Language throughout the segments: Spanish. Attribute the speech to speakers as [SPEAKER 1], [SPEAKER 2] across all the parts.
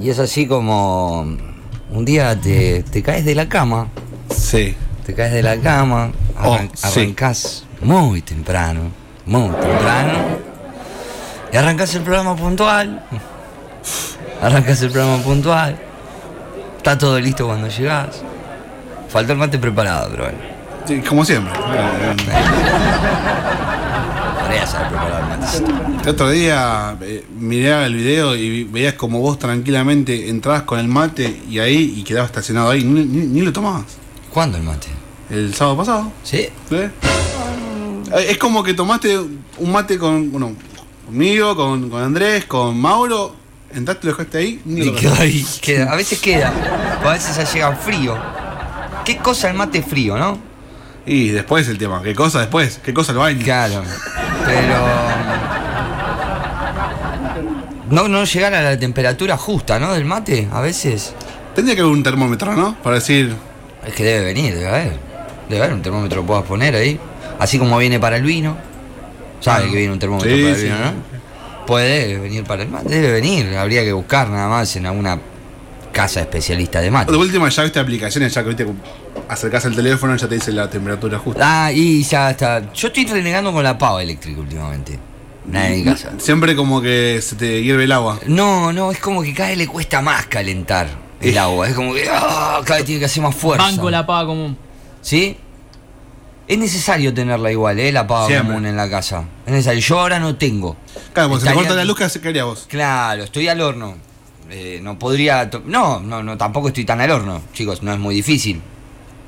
[SPEAKER 1] Y es así como un día te, te caes de la cama,
[SPEAKER 2] Sí.
[SPEAKER 1] te caes de la cama,
[SPEAKER 2] Oh,
[SPEAKER 1] arran-
[SPEAKER 2] sí.
[SPEAKER 1] arrancás muy temprano, muy temprano, y arrancás el programa puntual, arrancás el programa puntual, está todo listo cuando llegás, falta el mate preparado, pero bueno,
[SPEAKER 2] Sí, como siempre. Eh,
[SPEAKER 1] podría saber preparar el matecito.
[SPEAKER 2] El otro día eh, miraba el video y vi- veías como vos tranquilamente entrabas con el mate y ahí y quedabas estacionado ahí. Ni, ni- ni lo tomabas.
[SPEAKER 1] ¿Cuándo el mate?
[SPEAKER 2] El sábado pasado.
[SPEAKER 1] ¿Sí?
[SPEAKER 2] ¿eh? Eh, Es como que tomaste un mate con. Bueno, conmigo, con, con Andrés, con Mauro. Entraste, lo dejaste ahí. Ni
[SPEAKER 1] Y
[SPEAKER 2] lo
[SPEAKER 1] queda ahí, queda. A veces queda, o a veces ya llega frío. ¿Qué cosa el mate frío, no?
[SPEAKER 2] Y después el tema, ¿qué cosa después? ¿Qué cosa el baño?
[SPEAKER 1] Claro, pero... mm, No, no llegar a la temperatura justa, ¿no? Del mate, a veces.
[SPEAKER 2] Tendría que haber un termómetro, ¿no? Para decir,
[SPEAKER 1] Es que debe venir, debe haber. Debe haber un termómetro que puedas poner ahí. Así como viene para el vino. Sabe que viene un termómetro
[SPEAKER 2] Ah. Sí,
[SPEAKER 1] para el
[SPEAKER 2] sí.
[SPEAKER 1] vino, ¿no? Puede venir para el mate, debe venir. Habría que buscar nada más en alguna casa especialista de mate.
[SPEAKER 2] de última ya viste aplicaciones, ya que viste, acercás el teléfono ya te dice la temperatura justa.
[SPEAKER 1] Ah, y ya está. Yo estoy renegando con la pava eléctrica últimamente. Nada en mi casa. Eh,
[SPEAKER 2] Siempre como que se te hierve el agua.
[SPEAKER 1] No, no, es como que cada vez le cuesta más calentar el agua. Es como que ah, cada vez tiene que hacer más fuerza.
[SPEAKER 3] Banco la paga común.
[SPEAKER 1] ¿Sí? Es necesario tenerla igual, ¿eh? La pava
[SPEAKER 2] Siempre.
[SPEAKER 1] común en la casa. Es necesario. Yo ahora no tengo.
[SPEAKER 2] Claro, cuando se te
[SPEAKER 1] Estaría-
[SPEAKER 2] corta la luz, ¿qué hace- qué harías vos?
[SPEAKER 1] Claro, estoy al horno. Eh, no podría. to- No, no, no, tampoco estoy tan al horno, chicos. No es muy difícil.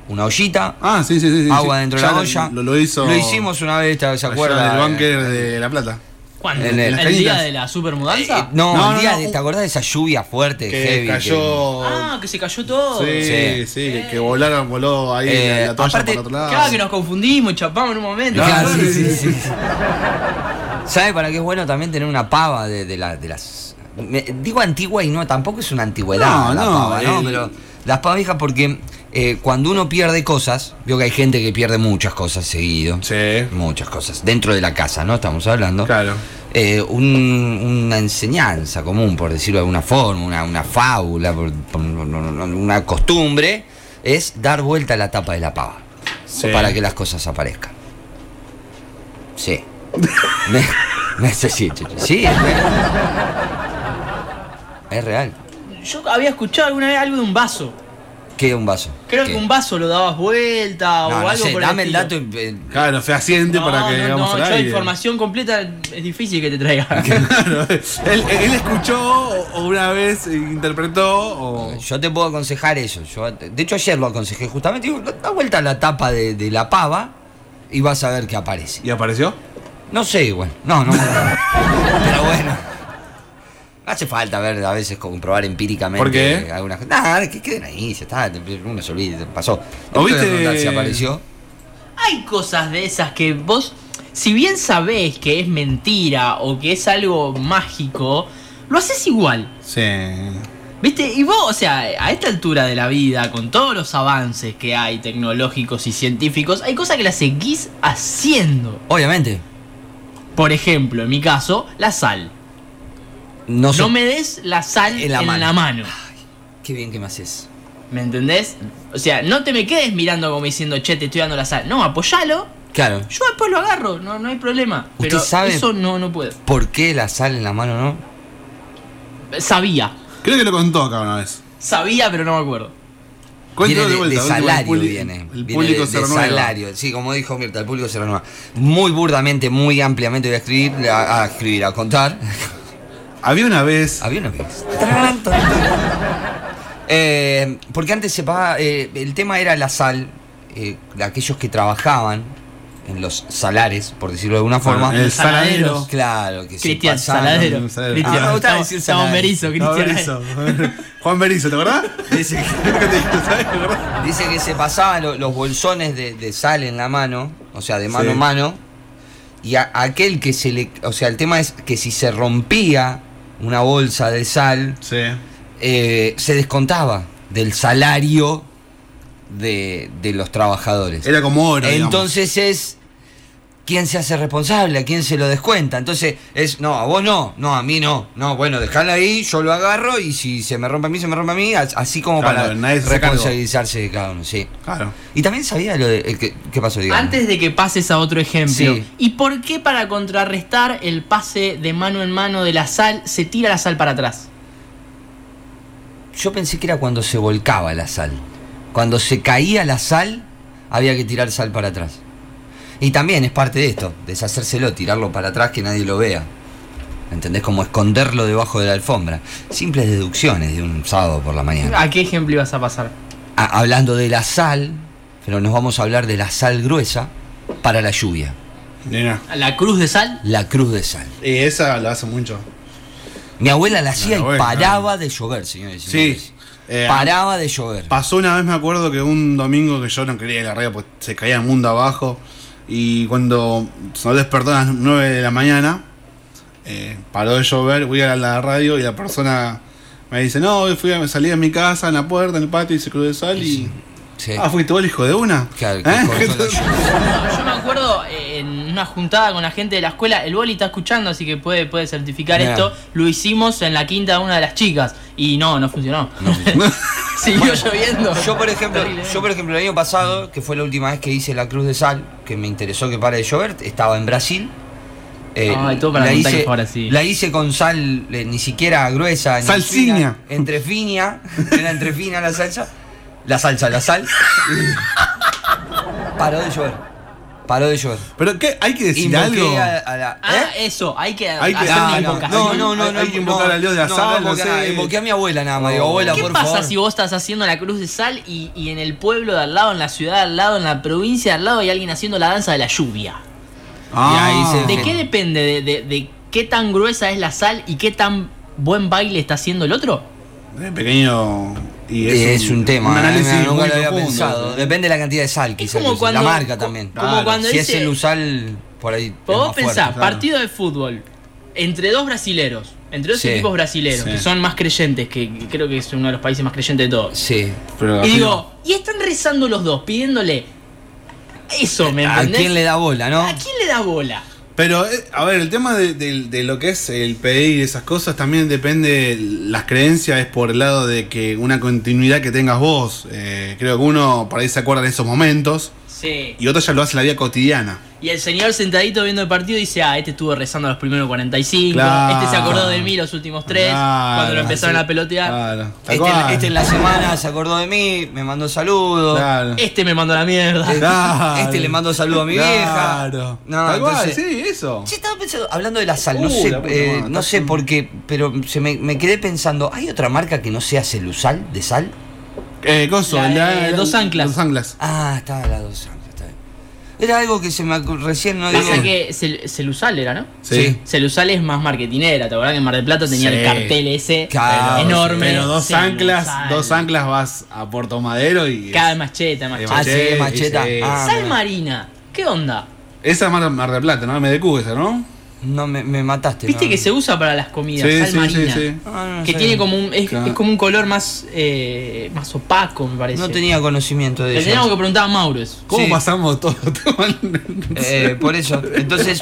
[SPEAKER 1] Una ollita,
[SPEAKER 2] Ah, sí, sí, sí. sí,
[SPEAKER 1] agua
[SPEAKER 2] sí.
[SPEAKER 1] dentro de
[SPEAKER 2] Ya
[SPEAKER 1] la
[SPEAKER 2] lo-
[SPEAKER 1] olla.
[SPEAKER 2] Lo, lo hizo.
[SPEAKER 1] Lo hicimos una vez, ¿se
[SPEAKER 2] allá en
[SPEAKER 1] acuerdan?
[SPEAKER 2] el bunker de La Plata.
[SPEAKER 3] ¿Cuándo?
[SPEAKER 1] En
[SPEAKER 3] ¿El,
[SPEAKER 1] el-
[SPEAKER 3] día
[SPEAKER 2] cañitas.
[SPEAKER 3] de la super
[SPEAKER 1] Eh,
[SPEAKER 3] mudanza?
[SPEAKER 1] no,
[SPEAKER 2] No,
[SPEAKER 1] el
[SPEAKER 2] no,
[SPEAKER 1] día
[SPEAKER 2] no,
[SPEAKER 1] de-
[SPEAKER 2] un-
[SPEAKER 1] ¿te acordás de esa lluvia fuerte, heavy?
[SPEAKER 2] Que
[SPEAKER 1] que-
[SPEAKER 2] cayó.
[SPEAKER 3] Ah, que se cayó todo.
[SPEAKER 2] Sí, sí,
[SPEAKER 1] Sí.
[SPEAKER 2] que, que volaron, voló ahí
[SPEAKER 1] Eh,
[SPEAKER 2] la, la toalla
[SPEAKER 1] aparte-
[SPEAKER 2] para otro lado.
[SPEAKER 3] Claro que nos confundimos, chapamos en un momento.
[SPEAKER 1] Claro,
[SPEAKER 2] Ah,
[SPEAKER 1] sí,
[SPEAKER 2] sí,
[SPEAKER 1] sí, sí, sí. ¿Sabe para qué es bueno también tener una pava de, de la- de las. me- digo antigua y no, tampoco es una antigüedad
[SPEAKER 2] No,
[SPEAKER 1] la
[SPEAKER 2] no, eh,
[SPEAKER 1] pava, ¿no?
[SPEAKER 2] el-
[SPEAKER 1] Pero las pavas viejas, porque eh, cuando uno pierde cosas, veo que hay gente que pierde muchas cosas seguido.
[SPEAKER 2] Sí,
[SPEAKER 1] Muchas cosas. Dentro de la casa, ¿no? Estamos hablando.
[SPEAKER 2] claro.
[SPEAKER 1] Eh, un- una enseñanza común, por decirlo de alguna forma, una, una fábula, por- por- una costumbre, es dar vuelta a la tapa de la pava
[SPEAKER 2] Sí.
[SPEAKER 1] para que las cosas aparezcan. Sí. Ne- Necesito. Sí, es real. Es real.
[SPEAKER 3] Yo había escuchado alguna vez algo de un vaso.
[SPEAKER 1] ¿Qué un vaso?
[SPEAKER 3] Creo
[SPEAKER 1] ¿Qué?
[SPEAKER 3] que un vaso lo dabas vuelta
[SPEAKER 1] No,
[SPEAKER 3] o
[SPEAKER 1] no
[SPEAKER 3] algo
[SPEAKER 1] sé,
[SPEAKER 3] por
[SPEAKER 1] dame el
[SPEAKER 3] estilo.
[SPEAKER 1] dato. y- eh,
[SPEAKER 2] Claro, fehaciente
[SPEAKER 3] No,
[SPEAKER 2] para que
[SPEAKER 3] no,
[SPEAKER 2] hagamos
[SPEAKER 3] no,
[SPEAKER 2] el
[SPEAKER 3] yo
[SPEAKER 2] aire.
[SPEAKER 3] información completa es difícil que te traiga.
[SPEAKER 2] Claro, él, él escuchó o una vez interpretó o...
[SPEAKER 1] Yo te puedo aconsejar eso. Yo, de hecho, ayer lo aconsejé justamente. Digo, da vuelta a la tapa de, de la pava y vas a ver qué aparece.
[SPEAKER 2] y apareció.
[SPEAKER 1] No sé, igual. No, no. Pero bueno. No hace falta ver a veces comprobar empíricamente
[SPEAKER 2] ¿Por qué?
[SPEAKER 1] algunas cosas. Nada, que queden ahí, ya está, uno se olvida, pasó.
[SPEAKER 2] ¿O
[SPEAKER 1] No
[SPEAKER 2] viste?
[SPEAKER 1] si apareció.
[SPEAKER 3] Hay cosas de esas que vos, si bien sabés que es mentira o que es algo mágico, lo haces igual.
[SPEAKER 2] Sí.
[SPEAKER 3] ¿Viste? Y vos, o sea, a esta altura de la vida, con todos los avances que hay tecnológicos y científicos, hay cosas que las seguís haciendo.
[SPEAKER 1] Obviamente.
[SPEAKER 3] Por ejemplo, en mi caso, la sal.
[SPEAKER 1] No sé.
[SPEAKER 3] No me des la sal en la, mano.
[SPEAKER 1] Qué bien que me haces.
[SPEAKER 3] ¿Me entendés? O sea, no te me quedes mirando como diciendo, che, te estoy dando la sal. No, apoyalo.
[SPEAKER 1] Claro.
[SPEAKER 3] Yo después lo agarro, no, no hay problema.
[SPEAKER 1] Usted
[SPEAKER 3] Pero
[SPEAKER 1] sabe-
[SPEAKER 3] eso no, no puedo.
[SPEAKER 1] ¿Por qué la sal en la mano no?
[SPEAKER 3] Sabía.
[SPEAKER 2] Creo que lo contó acá una vez.
[SPEAKER 3] Sabía, pero no me acuerdo.
[SPEAKER 2] Cuéntalo
[SPEAKER 1] viene de, de
[SPEAKER 2] última, el
[SPEAKER 1] salario
[SPEAKER 2] puli-
[SPEAKER 1] viene.
[SPEAKER 2] El
[SPEAKER 1] Viene
[SPEAKER 2] público
[SPEAKER 1] de,
[SPEAKER 2] se
[SPEAKER 1] de
[SPEAKER 2] renueva.
[SPEAKER 1] salario. Sí, como dijo Mirta, el público se renueva. Muy burdamente, muy ampliamente voy a escribir, a, a escribir, a contar.
[SPEAKER 2] Había una vez.
[SPEAKER 1] Había una vez. Eh, porque antes se pagaba, eh, el tema era la sal, eh, de aquellos que trabajaban en los salares, por decirlo de alguna forma.
[SPEAKER 2] el
[SPEAKER 3] saladero.
[SPEAKER 2] saladero.
[SPEAKER 1] Claro, que
[SPEAKER 3] Cristian
[SPEAKER 1] se pasaban.
[SPEAKER 3] Saladero.
[SPEAKER 2] no, Saladero.
[SPEAKER 3] Cristian,
[SPEAKER 1] Ah, me gustaba
[SPEAKER 3] estamos-
[SPEAKER 1] decir
[SPEAKER 3] estamos
[SPEAKER 1] Saladero.
[SPEAKER 3] Berizo,
[SPEAKER 2] No,
[SPEAKER 3] Cristian.
[SPEAKER 2] Berizo. Juan Berizo, ¿te acordás?
[SPEAKER 1] Dice que, dice que se pasaban lo- los bolsones de, de sal en la mano, o sea, de mano
[SPEAKER 2] Sí.
[SPEAKER 1] a mano. Y a- aquel que se le. O sea, el tema es que si se rompía una bolsa de sal,
[SPEAKER 2] Sí.
[SPEAKER 1] eh, se descontaba del salario de, de los trabajadores.
[SPEAKER 2] Era como oro. digamos.
[SPEAKER 1] Entonces es ¿Quién se hace responsable? ¿A quién se lo descuenta? Entonces es, no, a vos no, no, a mí no. No, bueno, dejala ahí, yo lo agarro y si se me rompe a mí, se me rompe a mí, as- así como
[SPEAKER 2] Claro,
[SPEAKER 1] para
[SPEAKER 2] nadie se hace cargo.
[SPEAKER 1] responsabilizarse de cada uno, sí.
[SPEAKER 2] Claro.
[SPEAKER 1] Y también sabía lo de, eh, que- qué pasó, digamos.
[SPEAKER 3] Antes de que pases a otro ejemplo,
[SPEAKER 1] Sí.
[SPEAKER 3] ¿y por qué para contrarrestar el pase de mano en mano de la sal se tira la sal para atrás?
[SPEAKER 1] Yo pensé que era cuando se volcaba la sal. Cuando se caía la sal, había que tirar sal para atrás. Y también es parte de esto, deshacérselo, tirarlo para atrás que nadie lo vea. ¿Entendés? Como esconderlo debajo de la alfombra. Simples deducciones de un sábado por la mañana.
[SPEAKER 3] ¿A qué ejemplo ibas a pasar?
[SPEAKER 1] A- hablando de la sal, pero nos vamos a hablar de la sal gruesa para la lluvia.
[SPEAKER 2] Nena.
[SPEAKER 3] ¿A la cruz de sal?
[SPEAKER 1] La cruz de sal.
[SPEAKER 2] Y esa la hace mucho.
[SPEAKER 1] Mi abuela la hacía y
[SPEAKER 2] abuela.
[SPEAKER 1] paraba de llover, señores. y
[SPEAKER 2] Sí.
[SPEAKER 1] señores.
[SPEAKER 2] Eh,
[SPEAKER 1] Paraba de llover.
[SPEAKER 2] Pasó una vez, me acuerdo que un domingo que yo no quería ir a la radio, pues se caía el mundo abajo. Y cuando nos despertó a las 9 de la mañana, eh, paró de llover, voy a la radio y la persona me dice: No, hoy fui a, salí de mi casa, en la puerta, en el patio, y se cruzó de sal. Y.
[SPEAKER 1] Sí. Eh.
[SPEAKER 2] Ah, fuiste vos el hijo de una.
[SPEAKER 1] Claro, que
[SPEAKER 2] ¿Eh?
[SPEAKER 1] cortó la lluvia.
[SPEAKER 3] Yo me acuerdo eh, en una juntada con la gente de la escuela, el boli está escuchando, así que puede, puede certificar
[SPEAKER 1] Bien.
[SPEAKER 3] esto. Lo hicimos en la quinta de una de las chicas y no, no funcionó.
[SPEAKER 1] No funcionó.
[SPEAKER 3] Siguió lloviendo.
[SPEAKER 1] Yo por ejemplo,
[SPEAKER 3] Terriblemente.
[SPEAKER 1] yo por ejemplo el año pasado, que fue la última vez que hice la Cruz de Sal, que me interesó que pare de llover, estaba en Brasil. Eh,
[SPEAKER 3] Ay, Ah, todo para
[SPEAKER 1] la,
[SPEAKER 3] contar que
[SPEAKER 1] hice,
[SPEAKER 3] fue ahora sí.
[SPEAKER 1] la hice con sal eh, ni siquiera gruesa. ni
[SPEAKER 2] Salsiña.
[SPEAKER 1] fina, Entre fina, era entre fina la salsa. La salsa, la sal. Paró de llover. Paró de llover.
[SPEAKER 2] Pero ¿qué? hay que decir
[SPEAKER 1] Invoqué
[SPEAKER 2] algo.
[SPEAKER 1] a- a la- ¿eh?
[SPEAKER 3] Ah, eso, hay que,
[SPEAKER 2] Hay que-
[SPEAKER 3] hacer
[SPEAKER 2] ah,
[SPEAKER 3] una
[SPEAKER 2] no,
[SPEAKER 3] invocación.
[SPEAKER 1] No, no, no,
[SPEAKER 2] Hay-
[SPEAKER 1] no.
[SPEAKER 2] hay que invocar
[SPEAKER 1] no,
[SPEAKER 2] al dios de la
[SPEAKER 1] no,
[SPEAKER 2] sal,
[SPEAKER 1] no, invoqué
[SPEAKER 2] no
[SPEAKER 1] a-
[SPEAKER 2] sé.
[SPEAKER 1] Invoqué a mi abuela nada más. Digo,
[SPEAKER 2] Oh.
[SPEAKER 1] abuela,
[SPEAKER 3] ¿Qué
[SPEAKER 1] por
[SPEAKER 3] pasa
[SPEAKER 1] favor.
[SPEAKER 3] si vos estás haciendo la cruz de sal y, y en el pueblo de al lado, en la ciudad de al lado, en la provincia de al lado hay alguien haciendo la danza de la lluvia?
[SPEAKER 2] Ah,
[SPEAKER 1] Y ahí se-
[SPEAKER 3] ¿De qué depende? ¿De, de- de qué tan gruesa es la sal y qué tan buen baile está haciendo el otro?
[SPEAKER 2] eh, pequeño. Y
[SPEAKER 1] Es, un, tema,
[SPEAKER 2] Un
[SPEAKER 1] eh,
[SPEAKER 2] análisis
[SPEAKER 1] nunca
[SPEAKER 2] muy
[SPEAKER 1] lo había
[SPEAKER 2] profundo.
[SPEAKER 1] pensado. Depende de la cantidad de sal, quizás.
[SPEAKER 3] como
[SPEAKER 1] Luis,
[SPEAKER 3] cuando-
[SPEAKER 1] la marca
[SPEAKER 3] co-
[SPEAKER 1] también.
[SPEAKER 3] como cuando
[SPEAKER 1] si es
[SPEAKER 3] dice-
[SPEAKER 1] el Lusal, por ahí.
[SPEAKER 3] Pues
[SPEAKER 1] es
[SPEAKER 3] vos
[SPEAKER 1] más
[SPEAKER 3] pensás,
[SPEAKER 1] fuerte.
[SPEAKER 2] claro.
[SPEAKER 3] partido de fútbol entre dos brasileros, entre dos
[SPEAKER 1] Sí,
[SPEAKER 3] equipos brasileros,
[SPEAKER 2] sí.
[SPEAKER 3] que son más creyentes, que que creo que es uno de los países más creyentes de todos.
[SPEAKER 1] Sí.
[SPEAKER 2] Pero
[SPEAKER 3] Y
[SPEAKER 2] así-
[SPEAKER 3] digo, y están rezando los dos, pidiéndole eso, ¿me
[SPEAKER 1] ¿A
[SPEAKER 3] entendés?
[SPEAKER 1] quién le da bola, no?
[SPEAKER 3] ¿A quién le da bola?
[SPEAKER 2] Pero, eh, a ver, el tema de, de- de lo que es el pedir y esas cosas también depende, las creencias es por el lado de que una continuidad que tengas vos, Eh, creo que uno por ahí se acuerda de esos momentos
[SPEAKER 3] Sí.
[SPEAKER 2] y otro ya lo hace en la vida cotidiana.
[SPEAKER 3] Y el señor sentadito viendo el partido dice, ah, este estuvo rezando los primeros 45,
[SPEAKER 2] Claro.
[SPEAKER 3] este se acordó de mí los últimos tres,
[SPEAKER 2] Claro, Ah,
[SPEAKER 3] cuando lo empezaron
[SPEAKER 2] así-
[SPEAKER 3] a pelotear,
[SPEAKER 2] Claro, tal
[SPEAKER 1] Este, en la-
[SPEAKER 2] cual.
[SPEAKER 1] este en la semana se acordó de mí, me mandó saludos.
[SPEAKER 2] Claro.
[SPEAKER 3] este me mandó a la mierda.
[SPEAKER 1] Este,
[SPEAKER 2] Claro.
[SPEAKER 1] este le mandó saludos a mi vieja.
[SPEAKER 2] Claro.
[SPEAKER 1] No,
[SPEAKER 2] tal cual,
[SPEAKER 1] entonces-
[SPEAKER 2] sí, eso.
[SPEAKER 1] Sí, estaba pensando, hablando de la sal, no
[SPEAKER 2] Uh,
[SPEAKER 1] sé,
[SPEAKER 2] la puta
[SPEAKER 1] eh,
[SPEAKER 2] madre,
[SPEAKER 1] no
[SPEAKER 2] estás
[SPEAKER 1] sé
[SPEAKER 2] un-
[SPEAKER 1] por qué, pero se me, me quedé pensando, ¿hay otra marca que no sea Celusal de sal?
[SPEAKER 2] Eh, coso,
[SPEAKER 3] La
[SPEAKER 2] el de-
[SPEAKER 3] de
[SPEAKER 2] el-
[SPEAKER 3] dos anclas.
[SPEAKER 2] Dos anclas.
[SPEAKER 1] Ah, estaba la dos Santos, está bien. Era algo que se me acu- recién no digo.
[SPEAKER 3] Pasa que Cel- Celusal era, ¿no?
[SPEAKER 1] Sí.
[SPEAKER 3] Celusal es más marketinera, ¿te acordás que en Mar del Plata tenía el
[SPEAKER 2] Sí.
[SPEAKER 3] cartel ese
[SPEAKER 1] Claro,
[SPEAKER 3] enorme?
[SPEAKER 2] Pero dos
[SPEAKER 3] Celusal.
[SPEAKER 2] anclas, dos anclas vas a Puerto Madero y...
[SPEAKER 3] Cada vez más cheta, más
[SPEAKER 2] Eh,
[SPEAKER 3] cheta.
[SPEAKER 1] Ah, sí,
[SPEAKER 2] Che,
[SPEAKER 1] macheta.
[SPEAKER 2] sí.
[SPEAKER 1] Ah,
[SPEAKER 3] Sal
[SPEAKER 1] me-
[SPEAKER 3] marina, ¿qué onda?
[SPEAKER 2] Esa es Mar, Mar del Plata, ¿no? MDQ esa, ¿no?
[SPEAKER 1] No, me, me mataste.
[SPEAKER 3] Viste
[SPEAKER 1] no.
[SPEAKER 3] que se usa para las comidas, sal marina.
[SPEAKER 1] Ah, no
[SPEAKER 3] Que
[SPEAKER 1] sabía.
[SPEAKER 3] tiene como un, es,
[SPEAKER 2] Claro.
[SPEAKER 3] es como un color más, eh, más opaco, me parece.
[SPEAKER 1] No tenía conocimiento de
[SPEAKER 3] Le
[SPEAKER 1] eso.
[SPEAKER 3] teníamos que preguntar a Mauro eso.
[SPEAKER 2] ¿Cómo
[SPEAKER 1] Sí.
[SPEAKER 2] pasamos todo?
[SPEAKER 1] Eh, por eso. Entonces.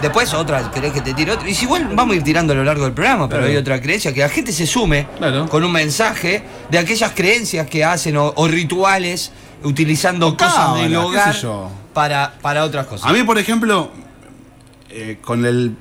[SPEAKER 1] Después otra, querés que te tire otra. Y si igual vamos a ir tirando a lo largo del programa, pero
[SPEAKER 2] Claro.
[SPEAKER 1] hay otra creencia, que la gente se sume
[SPEAKER 2] Claro.
[SPEAKER 1] con un mensaje de aquellas creencias que hacen o, o rituales utilizando
[SPEAKER 2] O
[SPEAKER 1] cosas
[SPEAKER 2] cábala,
[SPEAKER 1] del
[SPEAKER 2] qué
[SPEAKER 1] hogar
[SPEAKER 2] sé yo.
[SPEAKER 1] para, para otras
[SPEAKER 2] a
[SPEAKER 1] cosas.
[SPEAKER 2] mí, por ejemplo, eh, con el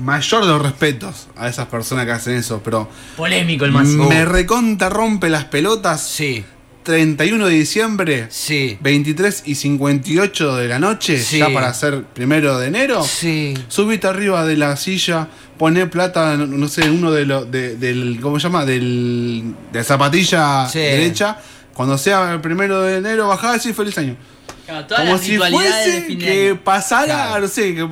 [SPEAKER 2] mayor de los respetos a esas personas que hacen eso, pero
[SPEAKER 3] Polémico el más.
[SPEAKER 1] Mm. Oh.
[SPEAKER 2] me reconta rompe las pelotas.
[SPEAKER 1] Sí,
[SPEAKER 2] 31 de diciembre,
[SPEAKER 1] sí,
[SPEAKER 2] 23 y 58 de la noche,
[SPEAKER 1] Sí.
[SPEAKER 2] ya para ser primero de enero.
[SPEAKER 1] sí.
[SPEAKER 2] Subite arriba de la silla, poné plata, no- no sé, en uno de los. De, del, ¿Cómo se llama? Del, de la zapatilla
[SPEAKER 1] Sí.
[SPEAKER 2] derecha. Cuando sea el primero de enero, bajá y decís feliz año.
[SPEAKER 3] Claro, todas
[SPEAKER 2] Como
[SPEAKER 3] las
[SPEAKER 2] si
[SPEAKER 3] ritualidades de
[SPEAKER 2] fuese
[SPEAKER 3] fin de
[SPEAKER 2] que
[SPEAKER 3] año.
[SPEAKER 2] pasara,
[SPEAKER 1] Claro.
[SPEAKER 2] no sé, que.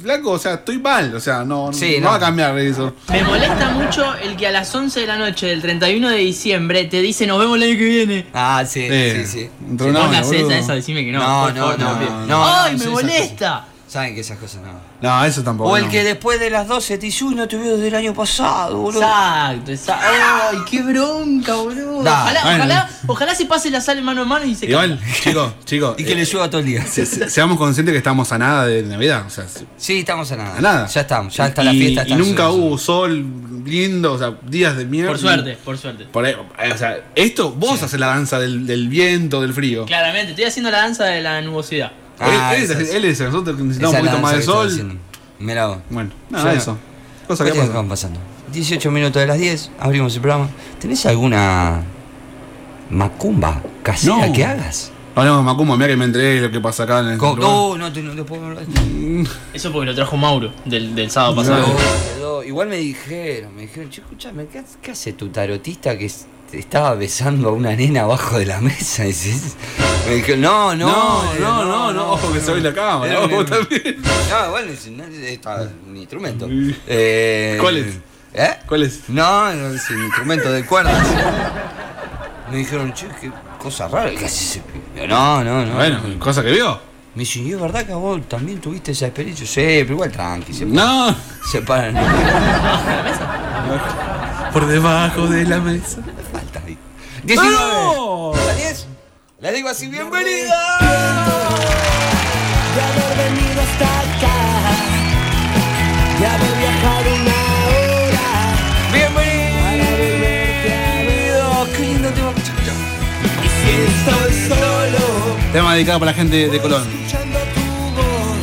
[SPEAKER 2] Flaco, o sea, estoy mal, o sea, no,
[SPEAKER 1] Sí,
[SPEAKER 2] no,
[SPEAKER 1] no.
[SPEAKER 2] va a cambiar eso.
[SPEAKER 3] Me molesta mucho el que a las 11 de la noche del 31 de diciembre te dice nos vemos el año que viene.
[SPEAKER 1] Ah, sí,
[SPEAKER 2] Eh,
[SPEAKER 1] sí, sí.
[SPEAKER 2] entonces,
[SPEAKER 3] Vos
[SPEAKER 2] no,
[SPEAKER 3] la haces
[SPEAKER 2] boludo.
[SPEAKER 3] esa, decime que no.
[SPEAKER 1] No,
[SPEAKER 3] por
[SPEAKER 1] no,
[SPEAKER 3] favor,
[SPEAKER 1] no,
[SPEAKER 3] te lo pido.
[SPEAKER 1] no, no,
[SPEAKER 3] ¡Ay,
[SPEAKER 1] no
[SPEAKER 3] me
[SPEAKER 1] sé esas
[SPEAKER 3] molesta!
[SPEAKER 1] Saben que esas cosas no.
[SPEAKER 2] No, eso tampoco.
[SPEAKER 1] O el
[SPEAKER 2] no.
[SPEAKER 1] que después de las 12 te dice, uy, no te veo desde el año pasado, boludo.
[SPEAKER 3] Exacto, exacto. Ay, qué bronca, boludo.
[SPEAKER 1] Da,
[SPEAKER 3] ojalá,
[SPEAKER 2] bueno.
[SPEAKER 3] ojalá, ojalá se pase la sal mano a mano y se
[SPEAKER 2] Igual, chicos, chicos.
[SPEAKER 1] Y que
[SPEAKER 2] eh,
[SPEAKER 1] le llueva todo el día.
[SPEAKER 2] se- se- seamos conscientes que estamos a nada de Navidad. O sea, se-
[SPEAKER 1] Sí, estamos a nada.
[SPEAKER 2] a nada.
[SPEAKER 1] Ya estamos, ya está la
[SPEAKER 2] Y-
[SPEAKER 1] fiesta.
[SPEAKER 2] Y
[SPEAKER 1] está en su-
[SPEAKER 2] nunca
[SPEAKER 1] su-
[SPEAKER 2] hubo sol lindo, o sea, días de mierda.
[SPEAKER 3] Por suerte, por suerte.
[SPEAKER 2] Por ahí, eh, o sea, esto, vos haces la danza del, del viento, del frío.
[SPEAKER 3] Claramente, estoy haciendo la danza de la nubosidad.
[SPEAKER 1] Ah,
[SPEAKER 2] él, él es-
[SPEAKER 1] esa es-
[SPEAKER 2] él es, nosotros necesitamos
[SPEAKER 1] esa
[SPEAKER 2] un poquito
[SPEAKER 1] lanza
[SPEAKER 2] más
[SPEAKER 1] que
[SPEAKER 2] de
[SPEAKER 1] estaba
[SPEAKER 2] sol.
[SPEAKER 1] haciendo. Mirá vos.
[SPEAKER 2] Bueno,
[SPEAKER 1] Ya.
[SPEAKER 2] nada, de eso. Cosa que
[SPEAKER 1] Cosas que
[SPEAKER 2] pasa.
[SPEAKER 1] van pasando. 18 minutos de las 10, abrimos el programa. ¿Tenés alguna macumba casera
[SPEAKER 2] No.
[SPEAKER 1] que hagas?
[SPEAKER 2] Hablamos de Macumba, mira que me enteré de lo que pasa acá en el
[SPEAKER 1] Co-
[SPEAKER 2] lugar.
[SPEAKER 1] No, no, te- no te puedo hablar.
[SPEAKER 3] Eso porque lo trajo Mauro del, del sábado
[SPEAKER 1] No,
[SPEAKER 3] pasado.
[SPEAKER 1] no, Igual me dijeron, me dijeron, che, escúchame, ¿qué, qué hace tu tarotista que es- estaba besando a una nena abajo de la mesa? Dices- Me dijeron, no, no,
[SPEAKER 2] No,
[SPEAKER 1] eh,
[SPEAKER 2] no, no, no, ojo que se ve la cámara,
[SPEAKER 1] Era un-
[SPEAKER 2] ojo también.
[SPEAKER 1] No, igual es, no, está un instrumento.
[SPEAKER 2] Mm.
[SPEAKER 1] Eh,
[SPEAKER 2] ¿Cuál es?
[SPEAKER 1] ¿Eh?
[SPEAKER 2] ¿Cuál es?
[SPEAKER 1] No, no, es un instrumento de cuerdas. Me dijeron, che, qué cosa rara, ¿qué hace ese pibe? No, no, no.
[SPEAKER 2] Bueno, cosa que vio.
[SPEAKER 1] Me dicen, ¿y es verdad que vos también tuviste esa experiencia? Sí, pero igual tranqui, se,
[SPEAKER 2] No,
[SPEAKER 1] se paran.
[SPEAKER 2] por debajo de la mesa.
[SPEAKER 1] Falta ahí. 19.
[SPEAKER 2] ¡No!
[SPEAKER 1] La 10. Le digo así, bienvenida.
[SPEAKER 4] de haber venido hasta acá, de haber viajado una hora,
[SPEAKER 1] Bienvenido. Qué lindo tema que escuchamos.
[SPEAKER 4] y si estoy solo,
[SPEAKER 2] Tema dedicado para la gente de Colón.
[SPEAKER 4] escuchando tu voz,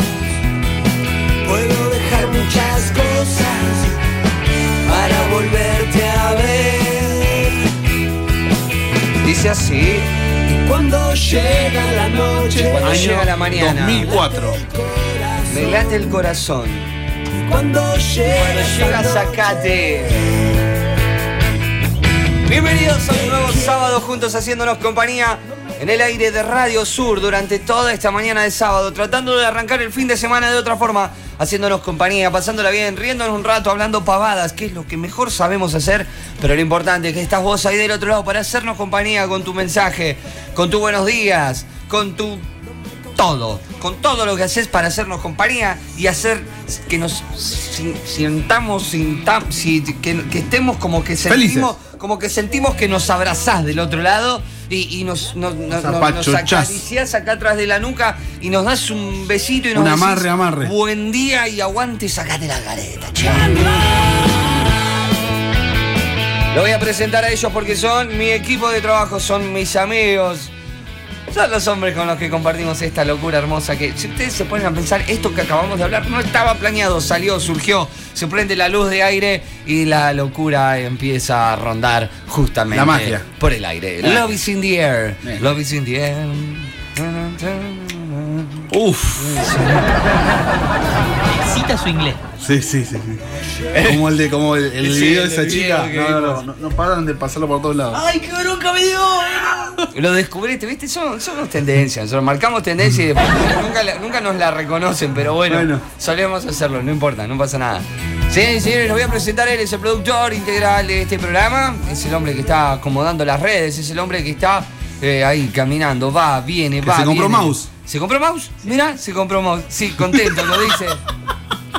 [SPEAKER 4] puedo dejar muchas cosas para volverte a ver.
[SPEAKER 1] Dice así.
[SPEAKER 4] Y cuando llega la noche,
[SPEAKER 1] Cuando llega la mañana.
[SPEAKER 2] 2004.
[SPEAKER 1] Me late el corazón.
[SPEAKER 4] cuando
[SPEAKER 1] Cuando
[SPEAKER 4] llega
[SPEAKER 1] llega,
[SPEAKER 4] la
[SPEAKER 1] sacate. Bienvenidos a un nuevo sábado juntos haciéndonos compañía en el aire de Radio Sur durante toda esta mañana de sábado, tratando de arrancar el fin de semana de otra forma, haciéndonos compañía, pasándola bien, riéndonos un rato, hablando pavadas, que es lo que mejor sabemos hacer, pero lo importante es que estás vos ahí del otro lado para hacernos compañía con tu mensaje, con tu buenos días, con tu todo, con todo lo que haces para hacernos compañía y hacer que nos sin- sintamos, sintam- si- que, que estemos como que sentimos, como que sentimos que nos abrazás del otro lado y, y nos, nos, nos- nos- nos
[SPEAKER 2] apachuchás.
[SPEAKER 1] acariciás acá atrás de la nuca y nos das un besito y nos
[SPEAKER 2] Un
[SPEAKER 1] decís,
[SPEAKER 2] amarre, amarre.
[SPEAKER 1] Buen día y aguante y sacate la careta, che". Lo voy a presentar a ellos porque son mi equipo de trabajo, son mis amigos. Son los hombres con los que compartimos esta locura hermosa que, si ustedes se ponen a pensar, esto que acabamos de hablar no estaba planeado, salió, surgió, se prende la luz de aire y la locura empieza a rondar justamente
[SPEAKER 2] La magia.
[SPEAKER 1] por el aire.
[SPEAKER 2] La-
[SPEAKER 1] Love is in the air.
[SPEAKER 2] Eh.
[SPEAKER 1] Love is in the air.
[SPEAKER 2] Uf.
[SPEAKER 3] Me Excita su inglés.
[SPEAKER 2] Sí, sí, sí. sí. Como el de como el, el
[SPEAKER 1] Sí,
[SPEAKER 2] video de
[SPEAKER 1] el
[SPEAKER 2] esa
[SPEAKER 1] video
[SPEAKER 2] chica.
[SPEAKER 1] que
[SPEAKER 2] No, no, no,
[SPEAKER 1] vimos.
[SPEAKER 2] no, no paran de pasarlo por todos lados.
[SPEAKER 3] ¡Ay, qué bronca me dio!
[SPEAKER 1] Lo descubriste, ¿viste? Son, somos tendencias, nosotros marcamos tendencia y después nunca, la- nunca nos la reconocen, pero bueno,
[SPEAKER 2] Bueno.
[SPEAKER 1] solemos hacerlo, no importa, no pasa nada. Sí, señores, los voy a presentar, él es el productor integral de este programa, es el hombre que está acomodando las redes, es el hombre que está eh, ahí caminando, va, viene,
[SPEAKER 2] Que
[SPEAKER 1] va.
[SPEAKER 2] se compró
[SPEAKER 1] viene.
[SPEAKER 2] mouse.
[SPEAKER 1] ¿Se compró mouse? Mirá, se compró mouse. Sí, contento, lo dice.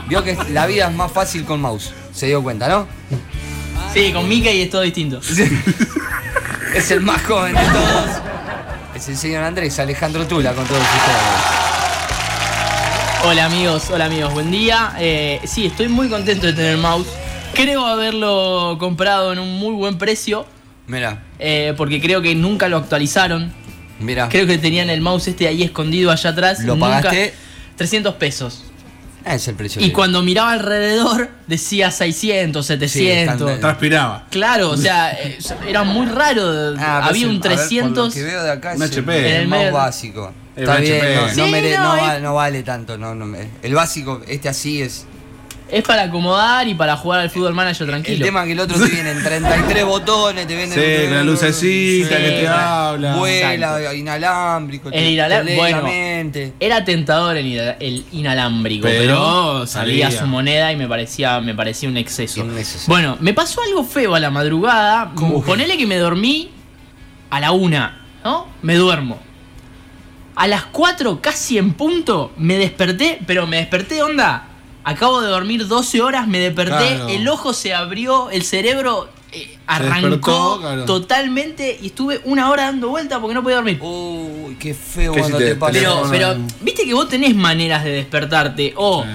[SPEAKER 1] Vio que la vida es más fácil con mouse, se dio cuenta, ¿no?
[SPEAKER 3] Sí, con Mickey es todo distinto.
[SPEAKER 1] Es el más joven de todos. Es el señor Andrés Alejandro Tula con todos ustedes.
[SPEAKER 3] Hola amigos, hola amigos, buen día. Eh, sí, estoy muy contento de tener mouse. Creo haberlo comprado en un muy buen precio.
[SPEAKER 1] Mira,
[SPEAKER 3] eh, porque creo que nunca lo actualizaron.
[SPEAKER 1] mira.
[SPEAKER 3] Creo que tenían el mouse este ahí escondido allá atrás.
[SPEAKER 1] Ah. ¿Lo
[SPEAKER 3] Nunca-
[SPEAKER 1] pagaste?
[SPEAKER 3] 300 pesos.
[SPEAKER 1] Ah, es el precio.
[SPEAKER 3] Y
[SPEAKER 1] libre.
[SPEAKER 3] cuando miraba alrededor decía 600,
[SPEAKER 1] Sí,
[SPEAKER 3] 700.
[SPEAKER 1] están-
[SPEAKER 2] Eh, Transpiraba.
[SPEAKER 3] claro, o sea, eh, era muy raro.
[SPEAKER 1] Ah, pero
[SPEAKER 3] Había
[SPEAKER 1] es el-
[SPEAKER 3] un
[SPEAKER 1] a ver, por lo
[SPEAKER 3] 300.
[SPEAKER 1] que veo de acá es
[SPEAKER 2] Un HP.
[SPEAKER 1] El, el
[SPEAKER 3] En
[SPEAKER 1] más
[SPEAKER 3] el-
[SPEAKER 1] básico.
[SPEAKER 2] El
[SPEAKER 1] Está
[SPEAKER 2] más
[SPEAKER 1] bien,
[SPEAKER 2] HP.
[SPEAKER 1] no, no
[SPEAKER 3] Sí,
[SPEAKER 1] mere-
[SPEAKER 3] no,
[SPEAKER 1] no
[SPEAKER 3] es-
[SPEAKER 1] va- no vale tanto. No, no, me- el básico, este así es.
[SPEAKER 3] Es para acomodar y para jugar al fútbol manager
[SPEAKER 1] El
[SPEAKER 3] tranquilo.
[SPEAKER 1] tema que el otro te vienen 33 botones, te venden. te
[SPEAKER 2] Sí,
[SPEAKER 1] venden-
[SPEAKER 2] la lucecita
[SPEAKER 1] Sí,
[SPEAKER 2] que te
[SPEAKER 1] la-
[SPEAKER 2] habla.
[SPEAKER 1] Vuela, inalámbrico. te-
[SPEAKER 3] El inala-
[SPEAKER 1] te lee
[SPEAKER 3] bueno.
[SPEAKER 1] la mente.
[SPEAKER 3] Era tentador el, ina- el inalámbrico,
[SPEAKER 2] Pero
[SPEAKER 3] pero, salía
[SPEAKER 2] salía.
[SPEAKER 3] su moneda y me parecía, me parecía un exceso.
[SPEAKER 1] Un exceso.
[SPEAKER 3] Bueno, me pasó algo feo a la madrugada.
[SPEAKER 2] ¿Cómo?
[SPEAKER 3] Ponele que me dormí a la una, ¿no? Me duermo. A las 4, casi en punto, me desperté, pero me desperté, onda. Acabo de dormir 12 horas, me desperté,
[SPEAKER 2] Claro.
[SPEAKER 3] el ojo se abrió, el cerebro eh, arrancó
[SPEAKER 2] despertó, claro.
[SPEAKER 3] totalmente y estuve una hora dando vuelta porque no podía dormir.
[SPEAKER 1] Uy, qué feo
[SPEAKER 2] ¿Qué
[SPEAKER 1] cuando
[SPEAKER 2] hiciste?
[SPEAKER 1] te pasa.
[SPEAKER 2] Pero-
[SPEAKER 1] eso.
[SPEAKER 3] Pero, viste que vos tenés maneras de despertarte. O
[SPEAKER 2] Sí.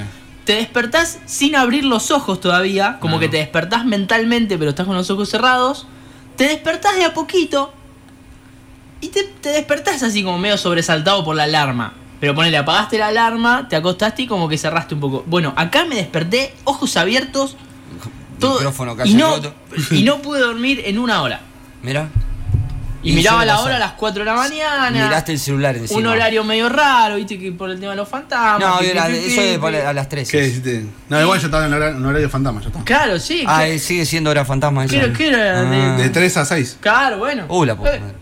[SPEAKER 3] te despertás sin abrir los ojos todavía, como
[SPEAKER 2] Claro.
[SPEAKER 3] que te despertás mentalmente, pero estás con los ojos cerrados. Te despertás de a poquito y te, te despertás así como medio sobresaltado por la alarma. Pero ponele, apagaste la alarma, te acostaste y como que cerraste un poco. Bueno, acá me desperté, ojos abiertos, todo.
[SPEAKER 1] Micrófono
[SPEAKER 3] y,
[SPEAKER 1] casi
[SPEAKER 3] no,
[SPEAKER 1] roto.
[SPEAKER 3] y no pude dormir en una hora.
[SPEAKER 1] Mira.
[SPEAKER 3] Y,
[SPEAKER 1] Y
[SPEAKER 3] miraba
[SPEAKER 1] suele
[SPEAKER 3] la
[SPEAKER 1] pasar.
[SPEAKER 3] hora a las 4 de la mañana.
[SPEAKER 1] Miraste el celular encima.
[SPEAKER 3] Ah, Un horario medio raro, viste, que por el tema de los fantasmas.
[SPEAKER 1] No,
[SPEAKER 3] pi,
[SPEAKER 1] era-
[SPEAKER 3] pi, pi,
[SPEAKER 1] eso
[SPEAKER 3] pi.
[SPEAKER 1] es por- a las 13.
[SPEAKER 2] ¿Qué hiciste? No, igual yo estaba en horario, en horario fantasma, ya está.
[SPEAKER 3] Claro, sí.
[SPEAKER 1] Ah,
[SPEAKER 3] que-
[SPEAKER 1] eh, sigue siendo hora fantasma esa.
[SPEAKER 3] Creo que era
[SPEAKER 1] Ah.
[SPEAKER 2] De 3 a 6.
[SPEAKER 3] Claro, bueno.
[SPEAKER 1] Uh, la puta
[SPEAKER 3] Eh,
[SPEAKER 1] madre.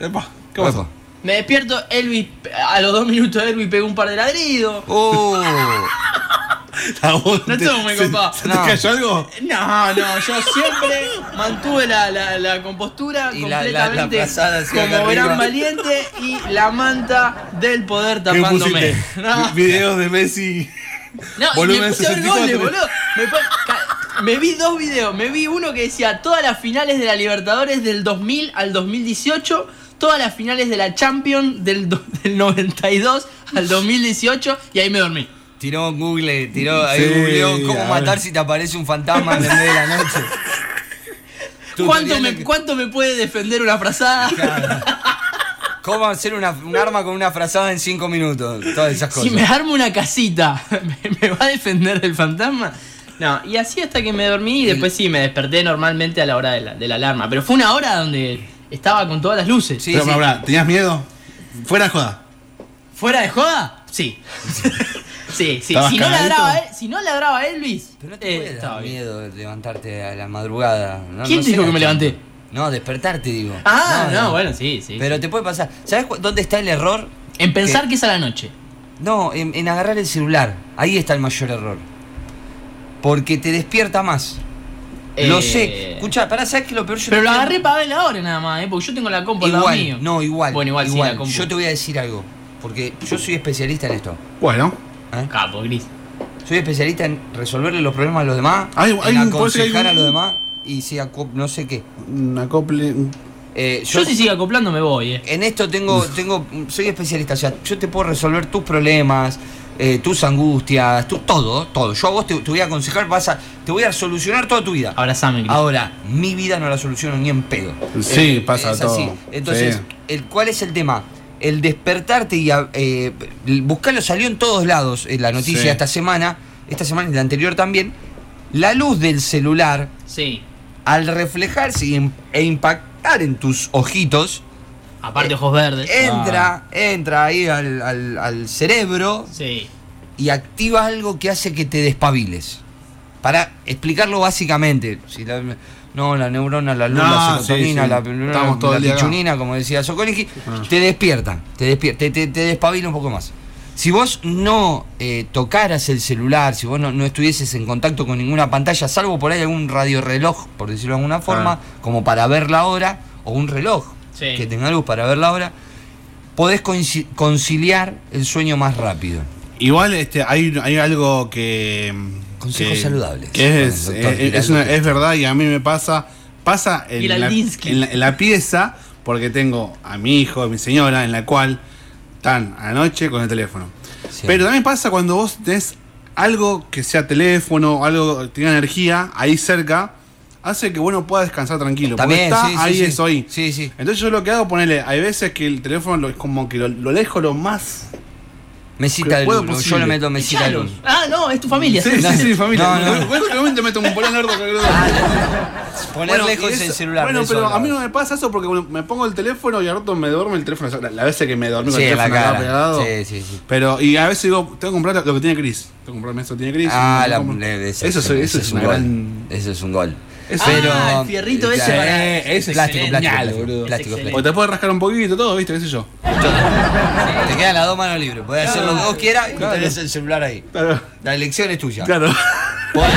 [SPEAKER 2] Epa, ¿qué pasó?
[SPEAKER 1] Epa.
[SPEAKER 3] Me despierto, Elvis, a los dos minutos Elvis pegó un par de ladridos.
[SPEAKER 1] Uh,
[SPEAKER 2] ¿A vos
[SPEAKER 3] No
[SPEAKER 2] te-
[SPEAKER 3] estuvo muy
[SPEAKER 2] se-
[SPEAKER 3] copado.
[SPEAKER 2] ¿Se te
[SPEAKER 1] No.
[SPEAKER 2] cayó algo?
[SPEAKER 3] No, no, yo siempre mantuve la, la- la compostura
[SPEAKER 1] Y la- la- la
[SPEAKER 3] completamente
[SPEAKER 1] pasada hacia
[SPEAKER 3] como
[SPEAKER 1] acá
[SPEAKER 3] gran
[SPEAKER 1] arriba.
[SPEAKER 3] valiente y la manta del poder
[SPEAKER 2] ¿Qué
[SPEAKER 3] tapándome.
[SPEAKER 2] pusiste?
[SPEAKER 3] No.
[SPEAKER 2] Vi- Videos de Messi.
[SPEAKER 3] No, y
[SPEAKER 2] Volumen
[SPEAKER 3] me puse a ver
[SPEAKER 2] 64.
[SPEAKER 3] goles, boludo. Me, pon- ca- me vi dos videos. Me vi uno que decía todas las finales de la Libertadores del 2000 al 2018, todas las finales de la Champions del, do- del 92 al 2018 y ahí me dormí.
[SPEAKER 1] tiró un Google, tiró ahí
[SPEAKER 2] Sí,
[SPEAKER 1] googleó cómo
[SPEAKER 2] a
[SPEAKER 1] matar
[SPEAKER 2] ver.
[SPEAKER 1] si te aparece un fantasma en el medio de la noche.
[SPEAKER 3] ¿Cuánto me,
[SPEAKER 1] Tutoriales que-
[SPEAKER 3] ¿Cuánto me puede defender una frazada?
[SPEAKER 1] ¿Cómo hacer una- un arma con una frazada en 5 minutos? Todas esas cosas.
[SPEAKER 3] Si me armo una casita, ¿me, me va a defender del fantasma? No, y así hasta que me dormí y después sí, me desperté normalmente a la hora de la, de la alarma. Pero fue una hora donde estaba con todas las luces.
[SPEAKER 1] Sí,
[SPEAKER 2] Pero,
[SPEAKER 1] sí.
[SPEAKER 2] pará, pará, ¿tenías miedo? Fuera de joda.
[SPEAKER 3] ¿Fuera de joda? Sí. sí, sí.
[SPEAKER 2] ¿Estabas
[SPEAKER 3] Si no,
[SPEAKER 2] cagadito?
[SPEAKER 3] ladraba, él- si no ladraba Elvis.
[SPEAKER 1] Pero no te
[SPEAKER 3] eh,
[SPEAKER 1] puede dar
[SPEAKER 3] estaba bien.
[SPEAKER 1] miedo levantarte a la madrugada. No,
[SPEAKER 3] ¿Quién
[SPEAKER 1] no
[SPEAKER 3] dijo
[SPEAKER 1] serás
[SPEAKER 3] que me
[SPEAKER 1] tonto.
[SPEAKER 3] levanté?
[SPEAKER 1] No, despertarte, digo.
[SPEAKER 3] Ah, no, bueno, sí, sí.
[SPEAKER 1] Pero te puede pasar. ¿Sabes dónde está el error?
[SPEAKER 3] en pensar que es a la noche.
[SPEAKER 1] No, en, en agarrar el celular. Ahí está el mayor error. Porque te despierta más. Lo
[SPEAKER 3] Eh,
[SPEAKER 1] sé. Escucha, pará, ¿sabes qué es lo peor? Yo
[SPEAKER 3] Pero
[SPEAKER 1] no
[SPEAKER 3] lo
[SPEAKER 1] tengo-
[SPEAKER 3] agarré para ver la hora nada más, ¿eh? Porque yo tengo la compu al lado mío.
[SPEAKER 1] Igual, no, igual.
[SPEAKER 3] Bueno, igual, sí, la compu.
[SPEAKER 1] Yo te voy a decir algo. Porque yo soy especialista en esto.
[SPEAKER 2] Bueno.
[SPEAKER 1] ¿eh?
[SPEAKER 3] Capo, gris.
[SPEAKER 1] Soy especialista en resolverle los problemas a los demás.
[SPEAKER 2] Hay- hay
[SPEAKER 1] en
[SPEAKER 2] un- puede ser que
[SPEAKER 1] aconsejar
[SPEAKER 2] hay
[SPEAKER 1] a
[SPEAKER 2] un-
[SPEAKER 1] los demás. Y si aco- no sé qué.
[SPEAKER 2] Un acople.
[SPEAKER 1] Eh,
[SPEAKER 3] Yo, si sigue acoplando me voy, ¿eh?
[SPEAKER 1] En esto tengo, tengo, soy especialista, o sea, yo te puedo resolver tus problemas, eh, tus angustias, tu, todo, todo. Yo a vos te, te voy a aconsejar, vas a, te voy a solucionar toda tu vida.
[SPEAKER 3] Abrazame, gris.
[SPEAKER 1] Ahora, mi vida no la soluciono ni en pedo. Eh,
[SPEAKER 2] Sí, pasa
[SPEAKER 1] es
[SPEAKER 2] todo.
[SPEAKER 1] así. Entonces,
[SPEAKER 2] Sí.
[SPEAKER 1] el, ¿cuál es el tema? El despertarte y a- eh, buscarlo salió en todos lados en la noticia
[SPEAKER 2] Sí.
[SPEAKER 1] esta semana, esta semana y la anterior también. La luz del celular,
[SPEAKER 3] Sí.
[SPEAKER 1] al reflejarse y im- e impactar en tus ojitos,
[SPEAKER 3] Aparte, ojos verdes.
[SPEAKER 1] entra, entra ahí al, al- al cerebro
[SPEAKER 3] Ah, Sí.
[SPEAKER 1] y activa algo que hace que te despabiles. Para explicarlo básicamente, si la- no, la neurona, la luz, la
[SPEAKER 2] No, sí,
[SPEAKER 1] serotonina,
[SPEAKER 2] sí.
[SPEAKER 1] la, la,
[SPEAKER 2] Estamos todo
[SPEAKER 1] la
[SPEAKER 2] el día acá.
[SPEAKER 1] pichunina, como decía Sokoliki,
[SPEAKER 2] Ah.
[SPEAKER 1] te despierta, te, despier- te, te- te despabila un poco más. Si vos no eh, tocaras el celular, si vos no, no estuvieses en contacto con ninguna pantalla, salvo por ahí algún radioreloj, por decirlo de alguna forma,
[SPEAKER 2] Ah.
[SPEAKER 1] como para ver la hora, o un reloj
[SPEAKER 3] Sí.
[SPEAKER 1] que tenga luz para ver la hora, podés coinci- conciliar el sueño más rápido.
[SPEAKER 2] Igual este, hay, hay algo que.
[SPEAKER 1] Consejos
[SPEAKER 2] que-
[SPEAKER 1] saludables.
[SPEAKER 2] que es, eh,
[SPEAKER 1] Bueno,
[SPEAKER 2] es-
[SPEAKER 1] doctor, mirá
[SPEAKER 2] es una-
[SPEAKER 1] lo que-
[SPEAKER 2] es verdad y a mí me pasa. Pasa en la,
[SPEAKER 3] Giraldinsky.
[SPEAKER 2] en la- en la pieza, porque tengo a mi hijo, a mi señora, en la cual están anoche con el teléfono.
[SPEAKER 1] Sí.
[SPEAKER 2] Pero también pasa cuando vos tenés algo que sea teléfono, algo que tenga energía ahí cerca, hace que uno pueda descansar tranquilo.
[SPEAKER 1] También,
[SPEAKER 2] porque está
[SPEAKER 1] sí, sí,
[SPEAKER 2] ahí
[SPEAKER 1] sí.
[SPEAKER 2] es hoy.
[SPEAKER 1] Sí, sí.
[SPEAKER 2] Entonces yo lo que hago, ponele, hay veces que el teléfono lo- es como que lo, lo dejo lo más
[SPEAKER 1] Mesita
[SPEAKER 2] Pero
[SPEAKER 1] del
[SPEAKER 2] puedo
[SPEAKER 1] Lulo, yo
[SPEAKER 2] posible.
[SPEAKER 1] le meto mesita del
[SPEAKER 3] Echalos.
[SPEAKER 1] Lulo.
[SPEAKER 3] Ah, no, es tu familia.
[SPEAKER 2] Sí, sí, sí, familia.
[SPEAKER 1] No, no.
[SPEAKER 2] Bueno, últimamente meto un polón orto, boludo.
[SPEAKER 1] Poner
[SPEAKER 2] Bueno,
[SPEAKER 1] lejos
[SPEAKER 2] y eso-
[SPEAKER 1] el celular.
[SPEAKER 2] Bueno,
[SPEAKER 1] de eso
[SPEAKER 2] pero a mí no
[SPEAKER 1] hablaba.
[SPEAKER 2] me pasa eso porque bueno, me pongo el teléfono y a rato me duerme el teléfono. La, la veces que me dormí con
[SPEAKER 1] Sí,
[SPEAKER 2] el
[SPEAKER 1] en la
[SPEAKER 2] teléfono acá
[SPEAKER 1] cara.
[SPEAKER 2] pegado.
[SPEAKER 1] Sí, sí, sí.
[SPEAKER 2] Pero, y a veces digo, tengo que comprar lo que tiene Chris. Tengo que comprarme eso que tiene Chris.
[SPEAKER 1] Ah,
[SPEAKER 2] Y me
[SPEAKER 1] la,
[SPEAKER 2] compro-
[SPEAKER 1] le- ese-
[SPEAKER 2] eso,
[SPEAKER 1] ese-
[SPEAKER 2] es-
[SPEAKER 1] ese
[SPEAKER 2] eso es una
[SPEAKER 1] gol.
[SPEAKER 2] gran.
[SPEAKER 1] Eso es un gol.
[SPEAKER 2] Eso- Eh,
[SPEAKER 1] pero,
[SPEAKER 3] Ah, el fierrito ese
[SPEAKER 1] Sí,
[SPEAKER 3] para-
[SPEAKER 1] ese plástico,
[SPEAKER 3] es excelente.
[SPEAKER 1] plástico,
[SPEAKER 2] Genial,
[SPEAKER 1] plástico,
[SPEAKER 2] boludo.
[SPEAKER 1] plástico,
[SPEAKER 3] Es
[SPEAKER 2] O
[SPEAKER 1] plástico.
[SPEAKER 2] te puedes rascar un poquito todo, ¿viste? ¿Qué sé yo?
[SPEAKER 1] Te quedan las dos manos libres. Podés hacer lo que vos quieras y tenés el celular ahí.
[SPEAKER 2] Claro.
[SPEAKER 1] La elección es tuya.
[SPEAKER 2] Claro.
[SPEAKER 1] Podés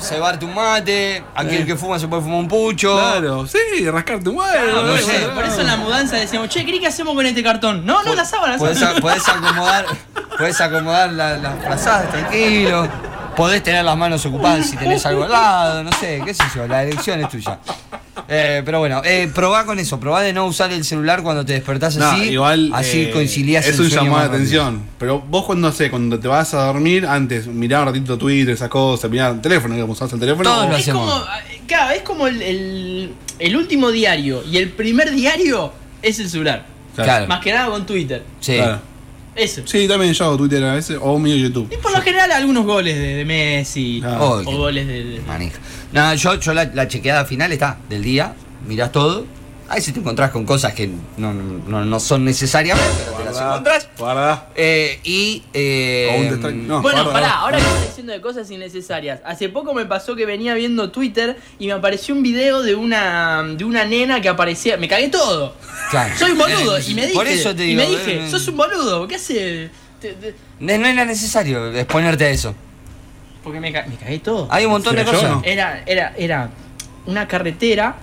[SPEAKER 1] cebarte un mate, aquel que fuma se puede fumar un pucho.
[SPEAKER 2] Eh. Claro, sí, rascarte un huevo.
[SPEAKER 1] no
[SPEAKER 2] bueno,
[SPEAKER 1] sé,
[SPEAKER 2] bueno.
[SPEAKER 3] Ah, Por eso en la mudanza decíamos, che, ¿qué hacemos con este cartón? No, no, la sábana, la
[SPEAKER 1] Podés,
[SPEAKER 3] sábana.
[SPEAKER 1] a- podés acomodar, podés acomodar la- las frazadas tranquilo. Podés tener las manos ocupadas si tenés algo al lado, no sé, qué sé yo, la elección es tuya. Eh, pero bueno, eh, probá con eso, probá de no usar el celular cuando te despertás
[SPEAKER 2] No,
[SPEAKER 1] así.
[SPEAKER 2] igual.
[SPEAKER 1] así
[SPEAKER 2] eh,
[SPEAKER 1] conciliás
[SPEAKER 2] Es
[SPEAKER 1] el
[SPEAKER 2] un
[SPEAKER 1] sueño
[SPEAKER 2] llamado de
[SPEAKER 1] más rápido.
[SPEAKER 2] atención. Pero vos, cuando sé, cuando te vas a dormir, antes mirar un ratito Twitter, esas cosas, mirar el teléfono, digamos, usás el teléfono.
[SPEAKER 1] Todos
[SPEAKER 2] o-
[SPEAKER 1] lo
[SPEAKER 3] Es
[SPEAKER 1] hacemos.
[SPEAKER 3] como, eh, claro, es como el, el- el último diario y el primer diario es el celular.
[SPEAKER 1] Claro.
[SPEAKER 3] Más que nada con Twitter.
[SPEAKER 1] Sí.
[SPEAKER 2] claro.
[SPEAKER 3] Eso.
[SPEAKER 2] Sí, también yo hago Twitter a veces, o mío YouTube.
[SPEAKER 3] Y por lo general algunos goles de, de Messi
[SPEAKER 2] Ah.
[SPEAKER 1] Oh,
[SPEAKER 3] o
[SPEAKER 1] qué
[SPEAKER 3] goles de... de-
[SPEAKER 1] manija. No, yo, yo la, la chequeada final está del día, mirás todo. Ahí si te encontrás con cosas que no, no, no son necesarias, pero te las encontrás.
[SPEAKER 2] Guardá.
[SPEAKER 1] Eh, y. eh,
[SPEAKER 2] O un distract- no.
[SPEAKER 3] Bueno,
[SPEAKER 2] Guarda.
[SPEAKER 3] pará, ahora que estás diciendo de cosas innecesarias. Hace poco me pasó que venía viendo Twitter y me apareció un video de una, de una nena que aparecía... Me cagué todo.
[SPEAKER 1] claro.
[SPEAKER 3] Soy un boludo. Y me dije,
[SPEAKER 1] Por eso te digo,
[SPEAKER 3] y me dije
[SPEAKER 1] eh,
[SPEAKER 3] sos un boludo. ¿Qué hace? Te- te-
[SPEAKER 1] No no era necesario exponerte a eso.
[SPEAKER 3] Porque me, ca- me cagué todo.
[SPEAKER 1] Hay un montón
[SPEAKER 2] ¿Se
[SPEAKER 1] de
[SPEAKER 2] cayó
[SPEAKER 1] cosas.
[SPEAKER 2] o no?
[SPEAKER 3] Era, era, era una carretera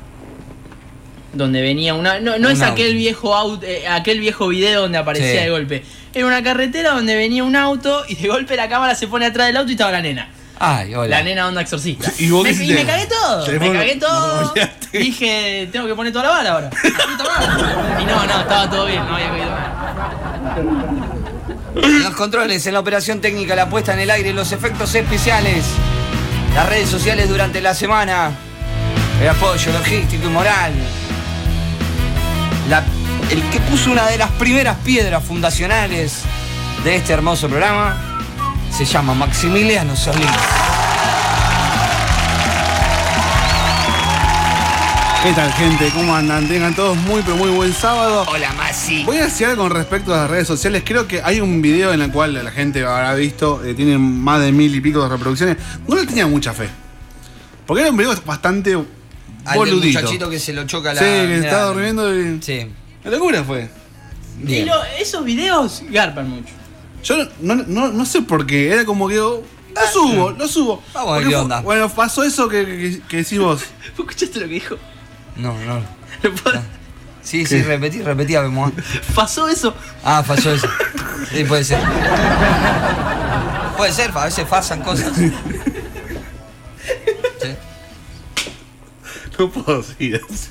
[SPEAKER 3] donde venía una. No, no
[SPEAKER 1] Un
[SPEAKER 3] es aquel
[SPEAKER 1] auto.
[SPEAKER 3] viejo auto, eh, aquel viejo video donde aparecía
[SPEAKER 1] Sí.
[SPEAKER 3] de golpe. Era una carretera donde venía un auto y de golpe la cámara se pone atrás del auto y estaba la nena.
[SPEAKER 1] Ay, hola.
[SPEAKER 3] La nena onda exorcista.
[SPEAKER 2] ¿Y vos
[SPEAKER 3] me,
[SPEAKER 2] qué hiciste?
[SPEAKER 3] me cagué todo.
[SPEAKER 2] Te
[SPEAKER 3] Me
[SPEAKER 2] vol-
[SPEAKER 3] cagué todo.
[SPEAKER 2] volteaste.
[SPEAKER 3] Dije, tengo que poner toda la bala ahora. Puta madre. Y no, no, estaba todo bien, no había caído nada.
[SPEAKER 1] Los controles en la operación técnica, la puesta en el aire, los efectos especiales, las redes sociales durante la semana, el apoyo logístico y moral. La- el que puso una de las primeras piedras fundacionales de este hermoso programa se llama Maximiliano Solís.
[SPEAKER 2] ¿Qué tal, gente? ¿Cómo andan? Tengan todos muy, pero muy buen sábado.
[SPEAKER 1] Hola, Maxi.
[SPEAKER 2] Voy a decir algo con respecto a las redes sociales. Creo que hay un video en el cual la gente habrá visto, eh, tiene más de mil y pico de reproducciones. No le tenía mucha fe. Porque era un video bastante
[SPEAKER 1] Al del
[SPEAKER 2] boludito. Sí,
[SPEAKER 1] muchachito que se lo choca la.
[SPEAKER 2] que está
[SPEAKER 1] la-
[SPEAKER 2] durmiendo y.
[SPEAKER 1] Sí.
[SPEAKER 2] La locura fue.
[SPEAKER 1] Bien.
[SPEAKER 3] Y lo- esos videos garpan mucho.
[SPEAKER 2] Yo no, no- no- no sé por qué, era como que yo,
[SPEAKER 1] Ah,
[SPEAKER 2] lo subo, lo subo.
[SPEAKER 1] Vamos a ver mm.
[SPEAKER 2] Porque
[SPEAKER 1] Ah, qué
[SPEAKER 2] fu-
[SPEAKER 1] onda.
[SPEAKER 2] Bueno, pasó eso que, que, que decís vos.
[SPEAKER 3] ¿Vos escuchaste lo que dijo?
[SPEAKER 1] No, no.
[SPEAKER 3] ¿Lo puedo-
[SPEAKER 1] Sí, sí, repetí, repetí, a Bemoa.
[SPEAKER 3] Pasó eso.
[SPEAKER 1] Ah, falló eso. Sí, puede ser. Puede ser, a veces pasan cosas. Sí.
[SPEAKER 2] No puedo decir eso.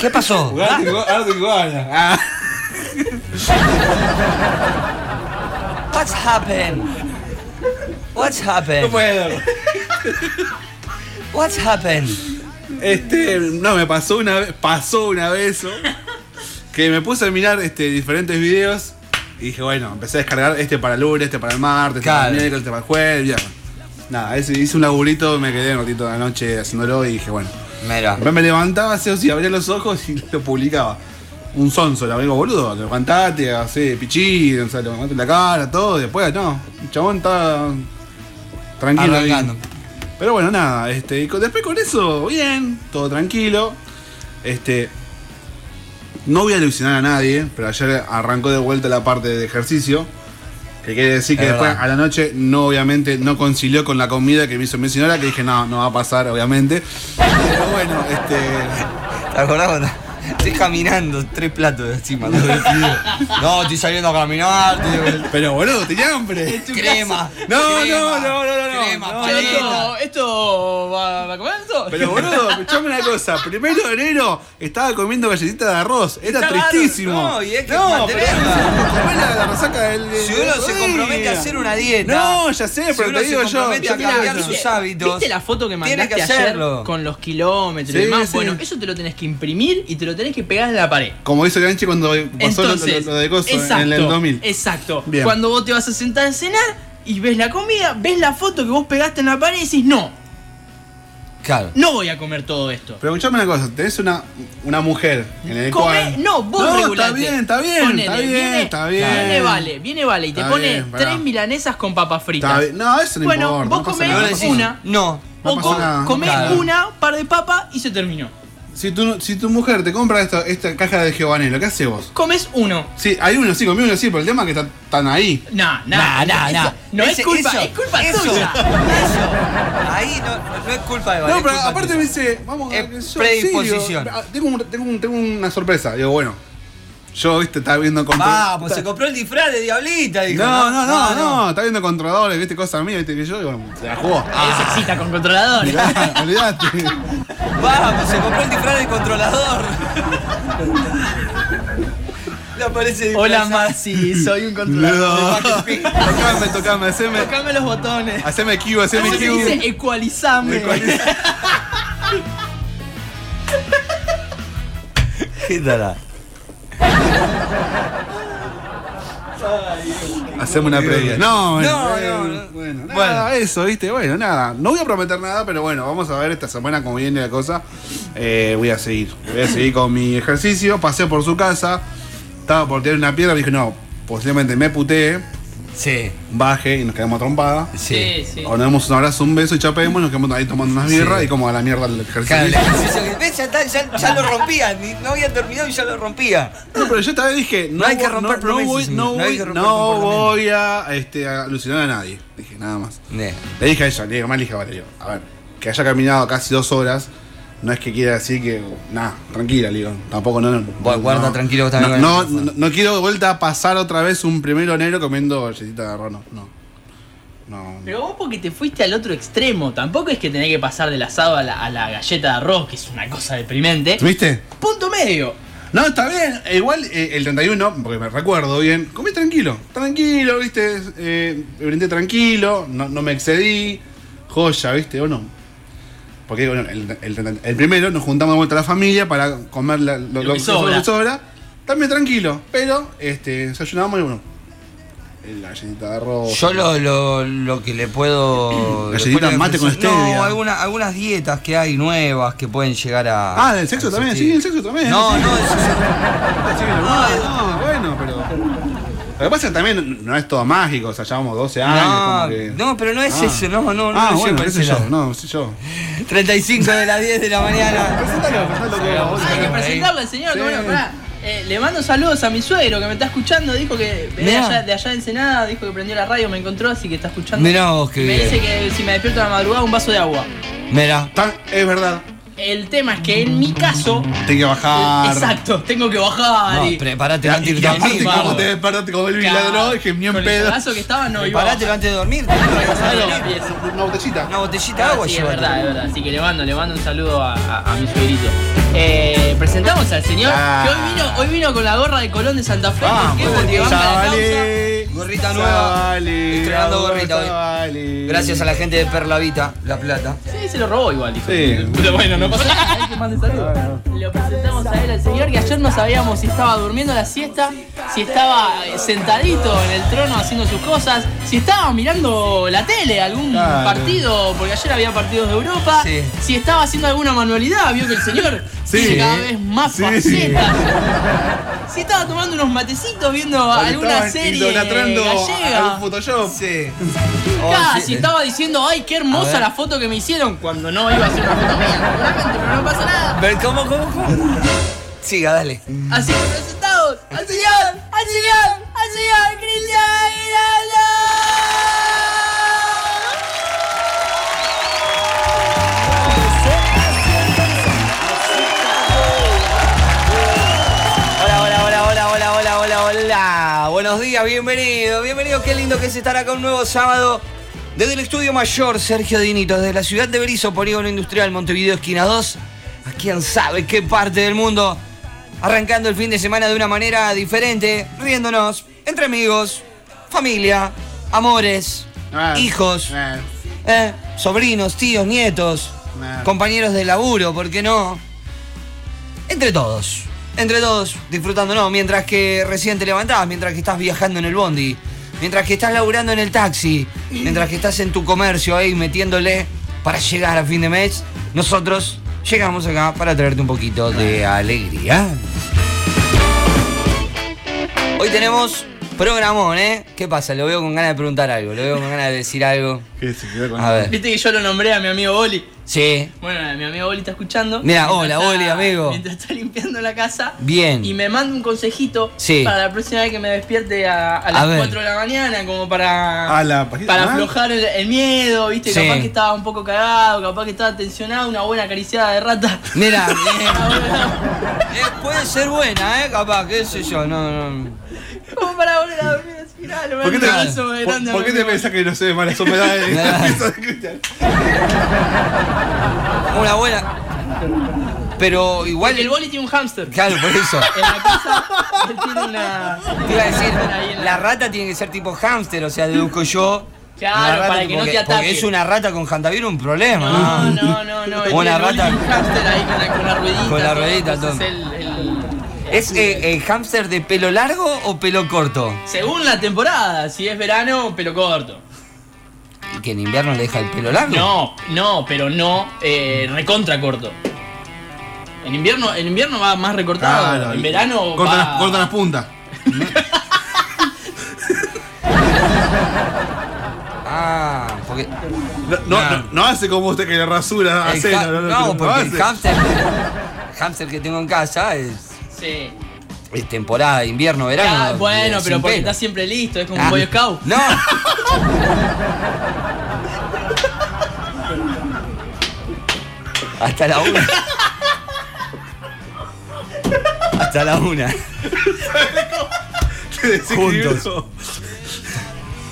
[SPEAKER 1] ¿Qué pasó?
[SPEAKER 2] Ahora te igual. Ah,
[SPEAKER 1] What's happened? What's
[SPEAKER 2] no
[SPEAKER 1] happened?
[SPEAKER 2] puedo.
[SPEAKER 1] What's happened?
[SPEAKER 2] Este, no, me pasó una vez, pasó una vez ¿no? que me puse a mirar este, diferentes videos y dije, bueno, empecé a descargar este para el lunes, este para el martes, este para el
[SPEAKER 1] Claro.
[SPEAKER 2] miércoles, este para el jueves, viernes. Nada, ese- hice un laburito, me quedé un ratito de la noche haciéndolo y dije, bueno.
[SPEAKER 1] Mira.
[SPEAKER 2] Después me levantaba, así, o sí, abría los ojos y lo publicaba. Un sonso, el amigo boludo, te levantaste, hace pichí, o sea, levantaste la cara, todo, y después no. El chabón está tranquilo. ahí.
[SPEAKER 1] Arrancando.
[SPEAKER 2] Pero bueno, nada, este, y con- después con eso, bien, todo tranquilo. Este. No voy a ilusionar a nadie, pero ayer arrancó de vuelta la parte de ejercicio. Que quiere decir que
[SPEAKER 1] Es
[SPEAKER 2] después
[SPEAKER 1] verdad.
[SPEAKER 2] a la noche no obviamente no concilió con la comida que me hizo mi señora, que dije no, no va a pasar, obviamente. Pero bueno, este.
[SPEAKER 1] ¿Te acordás cuando estoy caminando tres platos de encima? todo el fideo? No, estoy saliendo a caminar, tío.
[SPEAKER 2] Pero boludo, tenía hambre.
[SPEAKER 1] Crema.
[SPEAKER 2] No,
[SPEAKER 1] crema,
[SPEAKER 2] no, no, no, no, no.
[SPEAKER 1] Crema,
[SPEAKER 2] Ah, No,
[SPEAKER 3] Che,
[SPEAKER 1] paleta.
[SPEAKER 3] esto, esto va, va a comer esto.
[SPEAKER 2] Pero boludo, escuchame una cosa. Primero de enero estaba comiendo galletitas de arroz. Era
[SPEAKER 1] Está raro,
[SPEAKER 2] tristísimo.
[SPEAKER 1] no, y es que
[SPEAKER 2] No, pero
[SPEAKER 1] mantenerla.
[SPEAKER 2] si uno come la, la resaca del.
[SPEAKER 1] Si
[SPEAKER 2] del
[SPEAKER 1] uno
[SPEAKER 2] otro
[SPEAKER 1] se
[SPEAKER 2] día.
[SPEAKER 1] compromete a hacer una dieta.
[SPEAKER 2] No, ya sé,
[SPEAKER 1] Si
[SPEAKER 2] pero
[SPEAKER 1] uno
[SPEAKER 2] te
[SPEAKER 1] se
[SPEAKER 2] digo yo.
[SPEAKER 1] compromete
[SPEAKER 2] yo
[SPEAKER 1] a
[SPEAKER 2] tenía
[SPEAKER 1] cambiar
[SPEAKER 2] eso.
[SPEAKER 1] sus hábitos.
[SPEAKER 3] ¿Viste la foto que
[SPEAKER 1] Tiene
[SPEAKER 3] mandaste
[SPEAKER 1] que
[SPEAKER 3] ayer
[SPEAKER 1] hacerlo.
[SPEAKER 3] con los kilómetros y
[SPEAKER 2] Sí,
[SPEAKER 3] demás?
[SPEAKER 2] sí.
[SPEAKER 3] Bueno, eso te lo tenés que imprimir y te lo tenés que pegar en la pared.
[SPEAKER 2] Como hizo Ganchi cuando pasó lo-
[SPEAKER 3] Entonces,
[SPEAKER 2] lo, lo de Coso
[SPEAKER 3] exacto,
[SPEAKER 2] en el 2000.
[SPEAKER 3] Exacto.
[SPEAKER 2] Bien.
[SPEAKER 3] Cuando vos te vas a sentar a cenar y ves la comida, ves la foto que vos pegaste en la pared y decís, no,
[SPEAKER 1] Claro.
[SPEAKER 3] no voy a comer todo esto.
[SPEAKER 2] Pero escuchame una cosa, tenés una, una mujer en el
[SPEAKER 3] Come,
[SPEAKER 2] cual.
[SPEAKER 3] no, vos
[SPEAKER 2] ¿eh, está
[SPEAKER 3] regulate.
[SPEAKER 2] bien, está bien,
[SPEAKER 3] Ponele,
[SPEAKER 2] está bien,
[SPEAKER 3] viene,
[SPEAKER 2] está bien.
[SPEAKER 3] Viene vale, viene vale y te
[SPEAKER 2] Está
[SPEAKER 3] pone
[SPEAKER 2] bien, pará.
[SPEAKER 3] tres milanesas con papas fritas.
[SPEAKER 2] Está bien. No, eso no
[SPEAKER 3] Bueno,
[SPEAKER 2] importa.
[SPEAKER 3] vos
[SPEAKER 2] no pasa
[SPEAKER 3] comés
[SPEAKER 1] Y vos
[SPEAKER 2] nada.
[SPEAKER 1] decís,
[SPEAKER 3] una.
[SPEAKER 1] No.
[SPEAKER 2] No
[SPEAKER 3] o
[SPEAKER 2] pasa
[SPEAKER 3] com-
[SPEAKER 2] nada.
[SPEAKER 3] comés
[SPEAKER 1] Claro.
[SPEAKER 3] una, par de papas y se terminó.
[SPEAKER 2] Si tu, si tu mujer te compra esto- esta caja de Giovanni, ¿lo que haces vos?
[SPEAKER 3] Comes uno.
[SPEAKER 2] Sí, hay uno sí, conmigo uno sí, pero el tema es que está- están ahí.
[SPEAKER 3] No, no,
[SPEAKER 5] Nah, nah, nah.
[SPEAKER 3] No es
[SPEAKER 5] Ese-
[SPEAKER 3] culpa,
[SPEAKER 5] eso,
[SPEAKER 3] es culpa
[SPEAKER 5] eso,
[SPEAKER 3] tuya.
[SPEAKER 5] Eso. Ahí no, no es culpa de Vale,
[SPEAKER 2] No,
[SPEAKER 5] es
[SPEAKER 2] pero
[SPEAKER 5] culpa
[SPEAKER 2] aparte
[SPEAKER 5] tuya.
[SPEAKER 2] me dice, vamos
[SPEAKER 5] Es
[SPEAKER 2] qué sé yo,
[SPEAKER 5] predisposición.
[SPEAKER 2] sí, digo, ah, tengo, un- tengo, un- tengo una sorpresa. Digo, bueno, yo, viste, estaba viendo con.
[SPEAKER 5] Vamos, se compró el disfraz de Diablita. dijo,
[SPEAKER 2] No, no, no, no, está viendo controladores, viste, cosas mías, viste, que yo, digo, se la jugó.
[SPEAKER 5] Ah.
[SPEAKER 3] Ella se excita con controladores.
[SPEAKER 2] Mirá, olvidate.
[SPEAKER 5] Vamos, se compró el disfraz de controlador. Le aparece
[SPEAKER 3] Hola,
[SPEAKER 5] disfrazado.
[SPEAKER 3] Maxi, soy un
[SPEAKER 2] No.
[SPEAKER 3] controlador.
[SPEAKER 2] Tocame, tocame, haceme,
[SPEAKER 3] Tocame los botones.
[SPEAKER 2] haceme Q, haceme
[SPEAKER 3] ¿Cómo se dice?
[SPEAKER 2] Q.
[SPEAKER 3] Ecualizame.
[SPEAKER 1] ¿Qué tal?
[SPEAKER 2] Haceme una previa. No, bueno,
[SPEAKER 5] No,
[SPEAKER 2] bueno,
[SPEAKER 5] no, no.
[SPEAKER 2] bueno, nada, eso, viste, bueno, nada. No voy a prometer nada, pero bueno, vamos a ver esta semana cómo viene la cosa. Eh, voy a seguir, voy a seguir con mi ejercicio. Pasé por su casa, estaba por tirar una piedra, dije, no, posiblemente me puteé,
[SPEAKER 1] Sí,
[SPEAKER 2] baje y nos quedamos trompadas.
[SPEAKER 1] sí.
[SPEAKER 3] sí.
[SPEAKER 2] O nos damos un abrazo, un beso y chapemos, nos quedamos ahí tomando unas birras y como a la mierda el ejercicio.
[SPEAKER 1] Claro, el
[SPEAKER 5] Eso que- ¿Ves? Ya, está, ya- ya lo rompía. ni- no había terminado y ya lo rompía.
[SPEAKER 2] No, pero yo esta vez dije, no,
[SPEAKER 5] No hay que
[SPEAKER 2] voy-
[SPEAKER 5] romper
[SPEAKER 2] no,
[SPEAKER 5] promesas,
[SPEAKER 2] voy,
[SPEAKER 5] señor.
[SPEAKER 2] no,
[SPEAKER 5] No hay
[SPEAKER 2] voy-
[SPEAKER 5] que romper
[SPEAKER 2] no
[SPEAKER 5] comportamientos.
[SPEAKER 2] voy a, este, a alucinar a nadie. Dije, nada más.
[SPEAKER 1] Eh,
[SPEAKER 2] Le dije a ella, le dije, más le dije a Valerio, a ver, que haya caminado casi dos horas, no es que quiera decir que, nada, tranquila, le digo, tampoco, no, no.
[SPEAKER 1] Bueno, guarda
[SPEAKER 2] no,
[SPEAKER 1] tranquilo que
[SPEAKER 2] no,
[SPEAKER 1] también va
[SPEAKER 2] no,
[SPEAKER 1] a venir.
[SPEAKER 2] no- no quiero de vuelta a pasar otra vez un primero de enero comiendo galletita de rano, no. No.
[SPEAKER 3] Pero vos porque te fuiste al otro extremo. Tampoco es que tenés que pasar del asado a la, a la galleta de arroz, que es una cosa deprimente.
[SPEAKER 2] ¿Viste?
[SPEAKER 3] Punto medio.
[SPEAKER 2] No, está bien. eh, Igual eh, el 31, porque me recuerdo bien, comí tranquilo. Tranquilo, viste. Eh, brindé tranquilo, no, no me excedí. Joya, viste, o no. Porque bueno, el, el- el primero nos juntamos de vuelta a la familia para comer la- lo,
[SPEAKER 3] Lo que sobra.
[SPEAKER 2] sobra. También tranquilo, pero este, desayunamos y bueno. La galletita de arroz.
[SPEAKER 1] Yo lo, lo, lo que le puedo.
[SPEAKER 2] Galletitas
[SPEAKER 1] le puedo dar
[SPEAKER 2] mate con este
[SPEAKER 1] impresión-
[SPEAKER 2] stevia.
[SPEAKER 1] No, alguna- algunas dietas que hay nuevas que pueden llegar a.
[SPEAKER 2] Ah, del sexo
[SPEAKER 1] a
[SPEAKER 2] también,
[SPEAKER 1] existir.
[SPEAKER 2] sí, el sexo también.
[SPEAKER 1] No,
[SPEAKER 2] sí, sí.
[SPEAKER 1] no, eso
[SPEAKER 2] Sí, no, no, bueno, pero. Lo que pasa es que también no es todo mágico, o sea, llevamos 12 años. como que...
[SPEAKER 1] no, no, pero no es
[SPEAKER 2] Ah.
[SPEAKER 1] eso, no, no, no.
[SPEAKER 2] Ah,
[SPEAKER 1] no
[SPEAKER 2] bueno,
[SPEAKER 1] llego a
[SPEAKER 2] qué sé
[SPEAKER 1] ese
[SPEAKER 2] yo,
[SPEAKER 1] lado.
[SPEAKER 2] no, sé yo.
[SPEAKER 1] 35 de las 10 de la mañana.
[SPEAKER 2] Presentalo, presentalo que vos-
[SPEAKER 3] Hay que presentarle al señor.
[SPEAKER 2] Sí.
[SPEAKER 3] que bueno, pará. Eh, le mando saludos a mi suegro que me está escuchando. Dijo que es de
[SPEAKER 1] Mirá.
[SPEAKER 3] allá, de allá de Ensenada, dijo que prendió la radio, me encontró, así que está escuchando.
[SPEAKER 1] Mirá vos, qué
[SPEAKER 3] me
[SPEAKER 1] bien.
[SPEAKER 3] dice que si me despierto a la madrugada, un vaso de agua.
[SPEAKER 1] Mira,
[SPEAKER 2] Tan- Es verdad,
[SPEAKER 3] El tema es que en mi caso.
[SPEAKER 2] tengo que bajar.
[SPEAKER 3] Exacto, tengo que bajar.
[SPEAKER 1] no,
[SPEAKER 3] y-
[SPEAKER 1] prepárate
[SPEAKER 2] Y-
[SPEAKER 1] antes
[SPEAKER 2] Y
[SPEAKER 1] de
[SPEAKER 2] aparte,
[SPEAKER 1] dormir.
[SPEAKER 3] vamos.
[SPEAKER 2] como te despertaste como el milagro, dije, ni en
[SPEAKER 3] Con el
[SPEAKER 2] pedo.
[SPEAKER 3] pedazo que estaba, no iba. a
[SPEAKER 1] Prepárate antes de dormir.
[SPEAKER 3] Claro.
[SPEAKER 2] Una botellita.
[SPEAKER 1] Una botellita de
[SPEAKER 3] Ah,
[SPEAKER 1] agua
[SPEAKER 3] sí, es
[SPEAKER 1] llévate.
[SPEAKER 3] verdad, es verdad. Así que le mando, le mando un saludo a, a- a mi suegrito. Eh, presentamos al señor
[SPEAKER 2] Ah.
[SPEAKER 3] que hoy vino, hoy vino con la gorra de Colón de Santa Fe.
[SPEAKER 1] Vamos,
[SPEAKER 3] ¿Por qué?
[SPEAKER 1] vamos,
[SPEAKER 3] Porque
[SPEAKER 1] vamos.
[SPEAKER 3] banca la
[SPEAKER 2] Vale.
[SPEAKER 1] Gorrita nueva. Estrenando gorrita hoy. Gracias a la gente de Perlavita, La Plata.
[SPEAKER 3] causa. Sí, se lo robó igual, dijo.
[SPEAKER 2] Sí.
[SPEAKER 3] Pero bueno, no pasa nada. hay que mande saludos. Lo presentamos a él, al señor, que ayer no sabíamos si estaba durmiendo la siesta, si estaba eh, sentadito en el trono haciendo sus cosas, si estaba mirando la tele, algún
[SPEAKER 2] Claro.
[SPEAKER 3] partido, porque ayer había partidos de Europa,
[SPEAKER 1] Sí.
[SPEAKER 3] si estaba haciendo alguna manualidad, vio que el señor
[SPEAKER 2] Sí.
[SPEAKER 3] tiene cada vez más
[SPEAKER 2] Sí.
[SPEAKER 3] facetas. Si estaba tomando unos matecitos viendo alguna serie
[SPEAKER 2] Idolatrando a
[SPEAKER 3] gallega.
[SPEAKER 2] un Photoshop.
[SPEAKER 1] Sí.
[SPEAKER 3] Ah, si estaba diciendo, ay, qué
[SPEAKER 1] Oh, eh. A
[SPEAKER 3] hermosa
[SPEAKER 1] ver.
[SPEAKER 3] la foto que me hicieron cuando no iba a ser una foto mía, seguramente, pero no pasa nada.
[SPEAKER 1] Pero, ¿Cómo, cómo, cómo? Siga, dale.
[SPEAKER 3] Así que presentados al señor, al señor, al señor Cristian Aguinaldo.
[SPEAKER 5] Hola, hola, hola, hola, hola, hola, hola, hola. Buenos días, bienvenido, bienvenido. Qué lindo que es estar acá un nuevo sábado. Desde el estudio mayor, Sergio Dinito, desde la ciudad de Berizo, Polígono Industrial, Montevideo, esquina 2. A quién sabe qué parte del mundo. Arrancando el fin de semana de una manera diferente, riéndonos, entre amigos, familia, amores,
[SPEAKER 2] Ah,
[SPEAKER 5] hijos,
[SPEAKER 2] ah.
[SPEAKER 5] eh, sobrinos, tíos, nietos,
[SPEAKER 2] Nah.
[SPEAKER 5] compañeros de laburo, ¿por qué no? Entre todos, entre todos, disfrutando, ¿no? Mientras que recién te levantás, mientras que estás viajando en el bondi, mientras que estás laburando en el taxi, mientras que estás en tu comercio ahí metiéndole para llegar a fin de mes, nosotros llegamos acá para traerte un poquito de alegría. Hoy tenemos
[SPEAKER 1] Programón, ¿eh? ¿Qué pasa? Lo veo con ganas de preguntar algo, lo veo con ganas de decir algo.
[SPEAKER 2] Que se quedó con
[SPEAKER 1] A ver.
[SPEAKER 3] Viste que yo lo nombré a mi amigo Oli.
[SPEAKER 1] Sí.
[SPEAKER 3] Bueno, mi amigo Oli está escuchando.
[SPEAKER 1] Mirá,
[SPEAKER 3] Mira,
[SPEAKER 1] hola, Oli, amigo.
[SPEAKER 3] Mientras está limpiando la casa.
[SPEAKER 1] Bien.
[SPEAKER 3] Y me manda un consejito
[SPEAKER 1] Sí.
[SPEAKER 3] para la próxima vez que me despierte a, a las
[SPEAKER 1] ver.
[SPEAKER 3] 4 de la mañana, como para,
[SPEAKER 2] A la pajita,
[SPEAKER 3] para
[SPEAKER 2] ¿ah?
[SPEAKER 3] aflojar el, el miedo, ¿viste?
[SPEAKER 1] Sí.
[SPEAKER 3] Capaz que estaba un poco cagado, capaz que estaba tensionado, una buena acariciada de rata.
[SPEAKER 1] Mira, Eh, puede ser buena, ¿eh? Capaz, qué sé yo, no, no.
[SPEAKER 3] como para volver a dormir así, mirá, le
[SPEAKER 2] ¿Por qué
[SPEAKER 3] mando
[SPEAKER 2] te,
[SPEAKER 3] un abrazo
[SPEAKER 2] por-
[SPEAKER 3] grande a
[SPEAKER 2] por
[SPEAKER 3] mi
[SPEAKER 2] qué te
[SPEAKER 3] amigo.
[SPEAKER 2] pensás que no sé de malas humedades de la pieza de Cristian?
[SPEAKER 1] Una buena. Pero igual.
[SPEAKER 3] Porque el boli tiene un hámster.
[SPEAKER 1] Claro, por eso.
[SPEAKER 3] En la casa, él tiene una.
[SPEAKER 1] Te iba a decir,
[SPEAKER 3] Ahí en
[SPEAKER 1] la rata tiene que ser tipo hámster, o sea, deduzco yo.
[SPEAKER 3] Claro,
[SPEAKER 1] Una rata
[SPEAKER 3] para que no
[SPEAKER 1] porque-
[SPEAKER 3] te ataque.
[SPEAKER 1] Porque es una rata con jantavier un problema,
[SPEAKER 3] No,
[SPEAKER 2] Ah.
[SPEAKER 1] ¿no?
[SPEAKER 3] no, no, no. él
[SPEAKER 1] Buena
[SPEAKER 3] tiene el
[SPEAKER 1] rata.
[SPEAKER 3] boli tiene un hámster ahí con la, con la ruedita.
[SPEAKER 1] Con la
[SPEAKER 3] todo,
[SPEAKER 1] ruedita,
[SPEAKER 3] entonces
[SPEAKER 1] todo.
[SPEAKER 3] el- el-
[SPEAKER 1] ¿Es eh, el hámster de pelo largo o pelo corto?
[SPEAKER 3] Según la temporada, si es verano, pelo corto.
[SPEAKER 1] ¿Y que en invierno le deja el pelo largo?
[SPEAKER 3] No, no, pero no eh, recontra corto. En invierno, en invierno va más recortado.
[SPEAKER 2] Claro,
[SPEAKER 3] en
[SPEAKER 2] y-
[SPEAKER 3] verano
[SPEAKER 2] corta,
[SPEAKER 3] va...
[SPEAKER 2] las, corta las puntas.
[SPEAKER 1] Ah, porque.
[SPEAKER 2] No, no, no, no hace como usted que le rasura a
[SPEAKER 1] el
[SPEAKER 2] cena.
[SPEAKER 1] ha-
[SPEAKER 2] No,
[SPEAKER 1] no, porque el
[SPEAKER 2] hace.
[SPEAKER 1] hámster. el hámster que tengo en casa es,
[SPEAKER 3] Sí.
[SPEAKER 1] es temporada, invierno, verano.
[SPEAKER 3] Ah, bueno,
[SPEAKER 1] sin
[SPEAKER 3] pero porque
[SPEAKER 1] pelo.
[SPEAKER 3] está siempre listo, es como
[SPEAKER 1] Ah.
[SPEAKER 3] un boy scout.
[SPEAKER 1] No. Hasta la una. Hasta la una.
[SPEAKER 2] Te describió.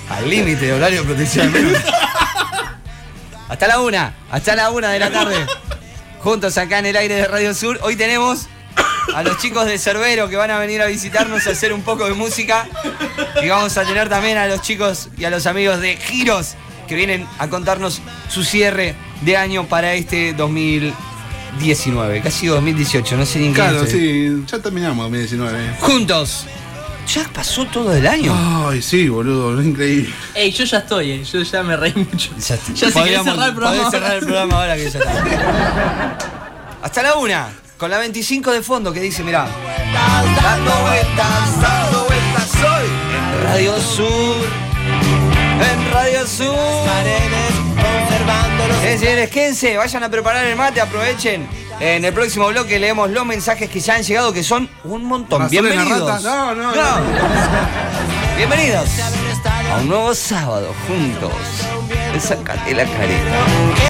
[SPEAKER 1] Al límite de horario de protección al menos. Hasta la una. Hasta la una de la tarde. Juntos acá en el aire de Radio Sur. Hoy tenemos a los chicos de Cerbero que van a venir a visitarnos a hacer un poco de música. Y vamos a tener también a los chicos y a los amigos de Giros que vienen a contarnos su cierre de año para este 2019. Casi 2018, no sé ni en qué año
[SPEAKER 2] Claro,
[SPEAKER 1] estoy.
[SPEAKER 2] sí, ya terminamos 2019.
[SPEAKER 1] Juntos. Ya pasó todo el año.
[SPEAKER 2] Ay, sí, boludo, es increíble.
[SPEAKER 3] Ey, yo ya estoy, eh, yo ya me reí mucho.
[SPEAKER 1] Ya,
[SPEAKER 3] si querés
[SPEAKER 1] Podríamos-
[SPEAKER 3] cerrar el programa
[SPEAKER 1] podés cerrar
[SPEAKER 3] ahora.
[SPEAKER 1] el programa ahora que ya está. Hasta la una, con la 25 de fondo que dice, mirá. Dando vueltas, dando vueltas soy. En Radio Sur. En Radio Sur. Eh, señores, quédense, vayan a preparar el mate, aprovechen. En el próximo bloque leemos los mensajes que ya han llegado, que son un montón.
[SPEAKER 2] Razones las
[SPEAKER 1] Bienvenidos.
[SPEAKER 2] ratas. No, no, no.
[SPEAKER 1] Bienvenidos a un nuevo sábado juntos. Sácate la careta.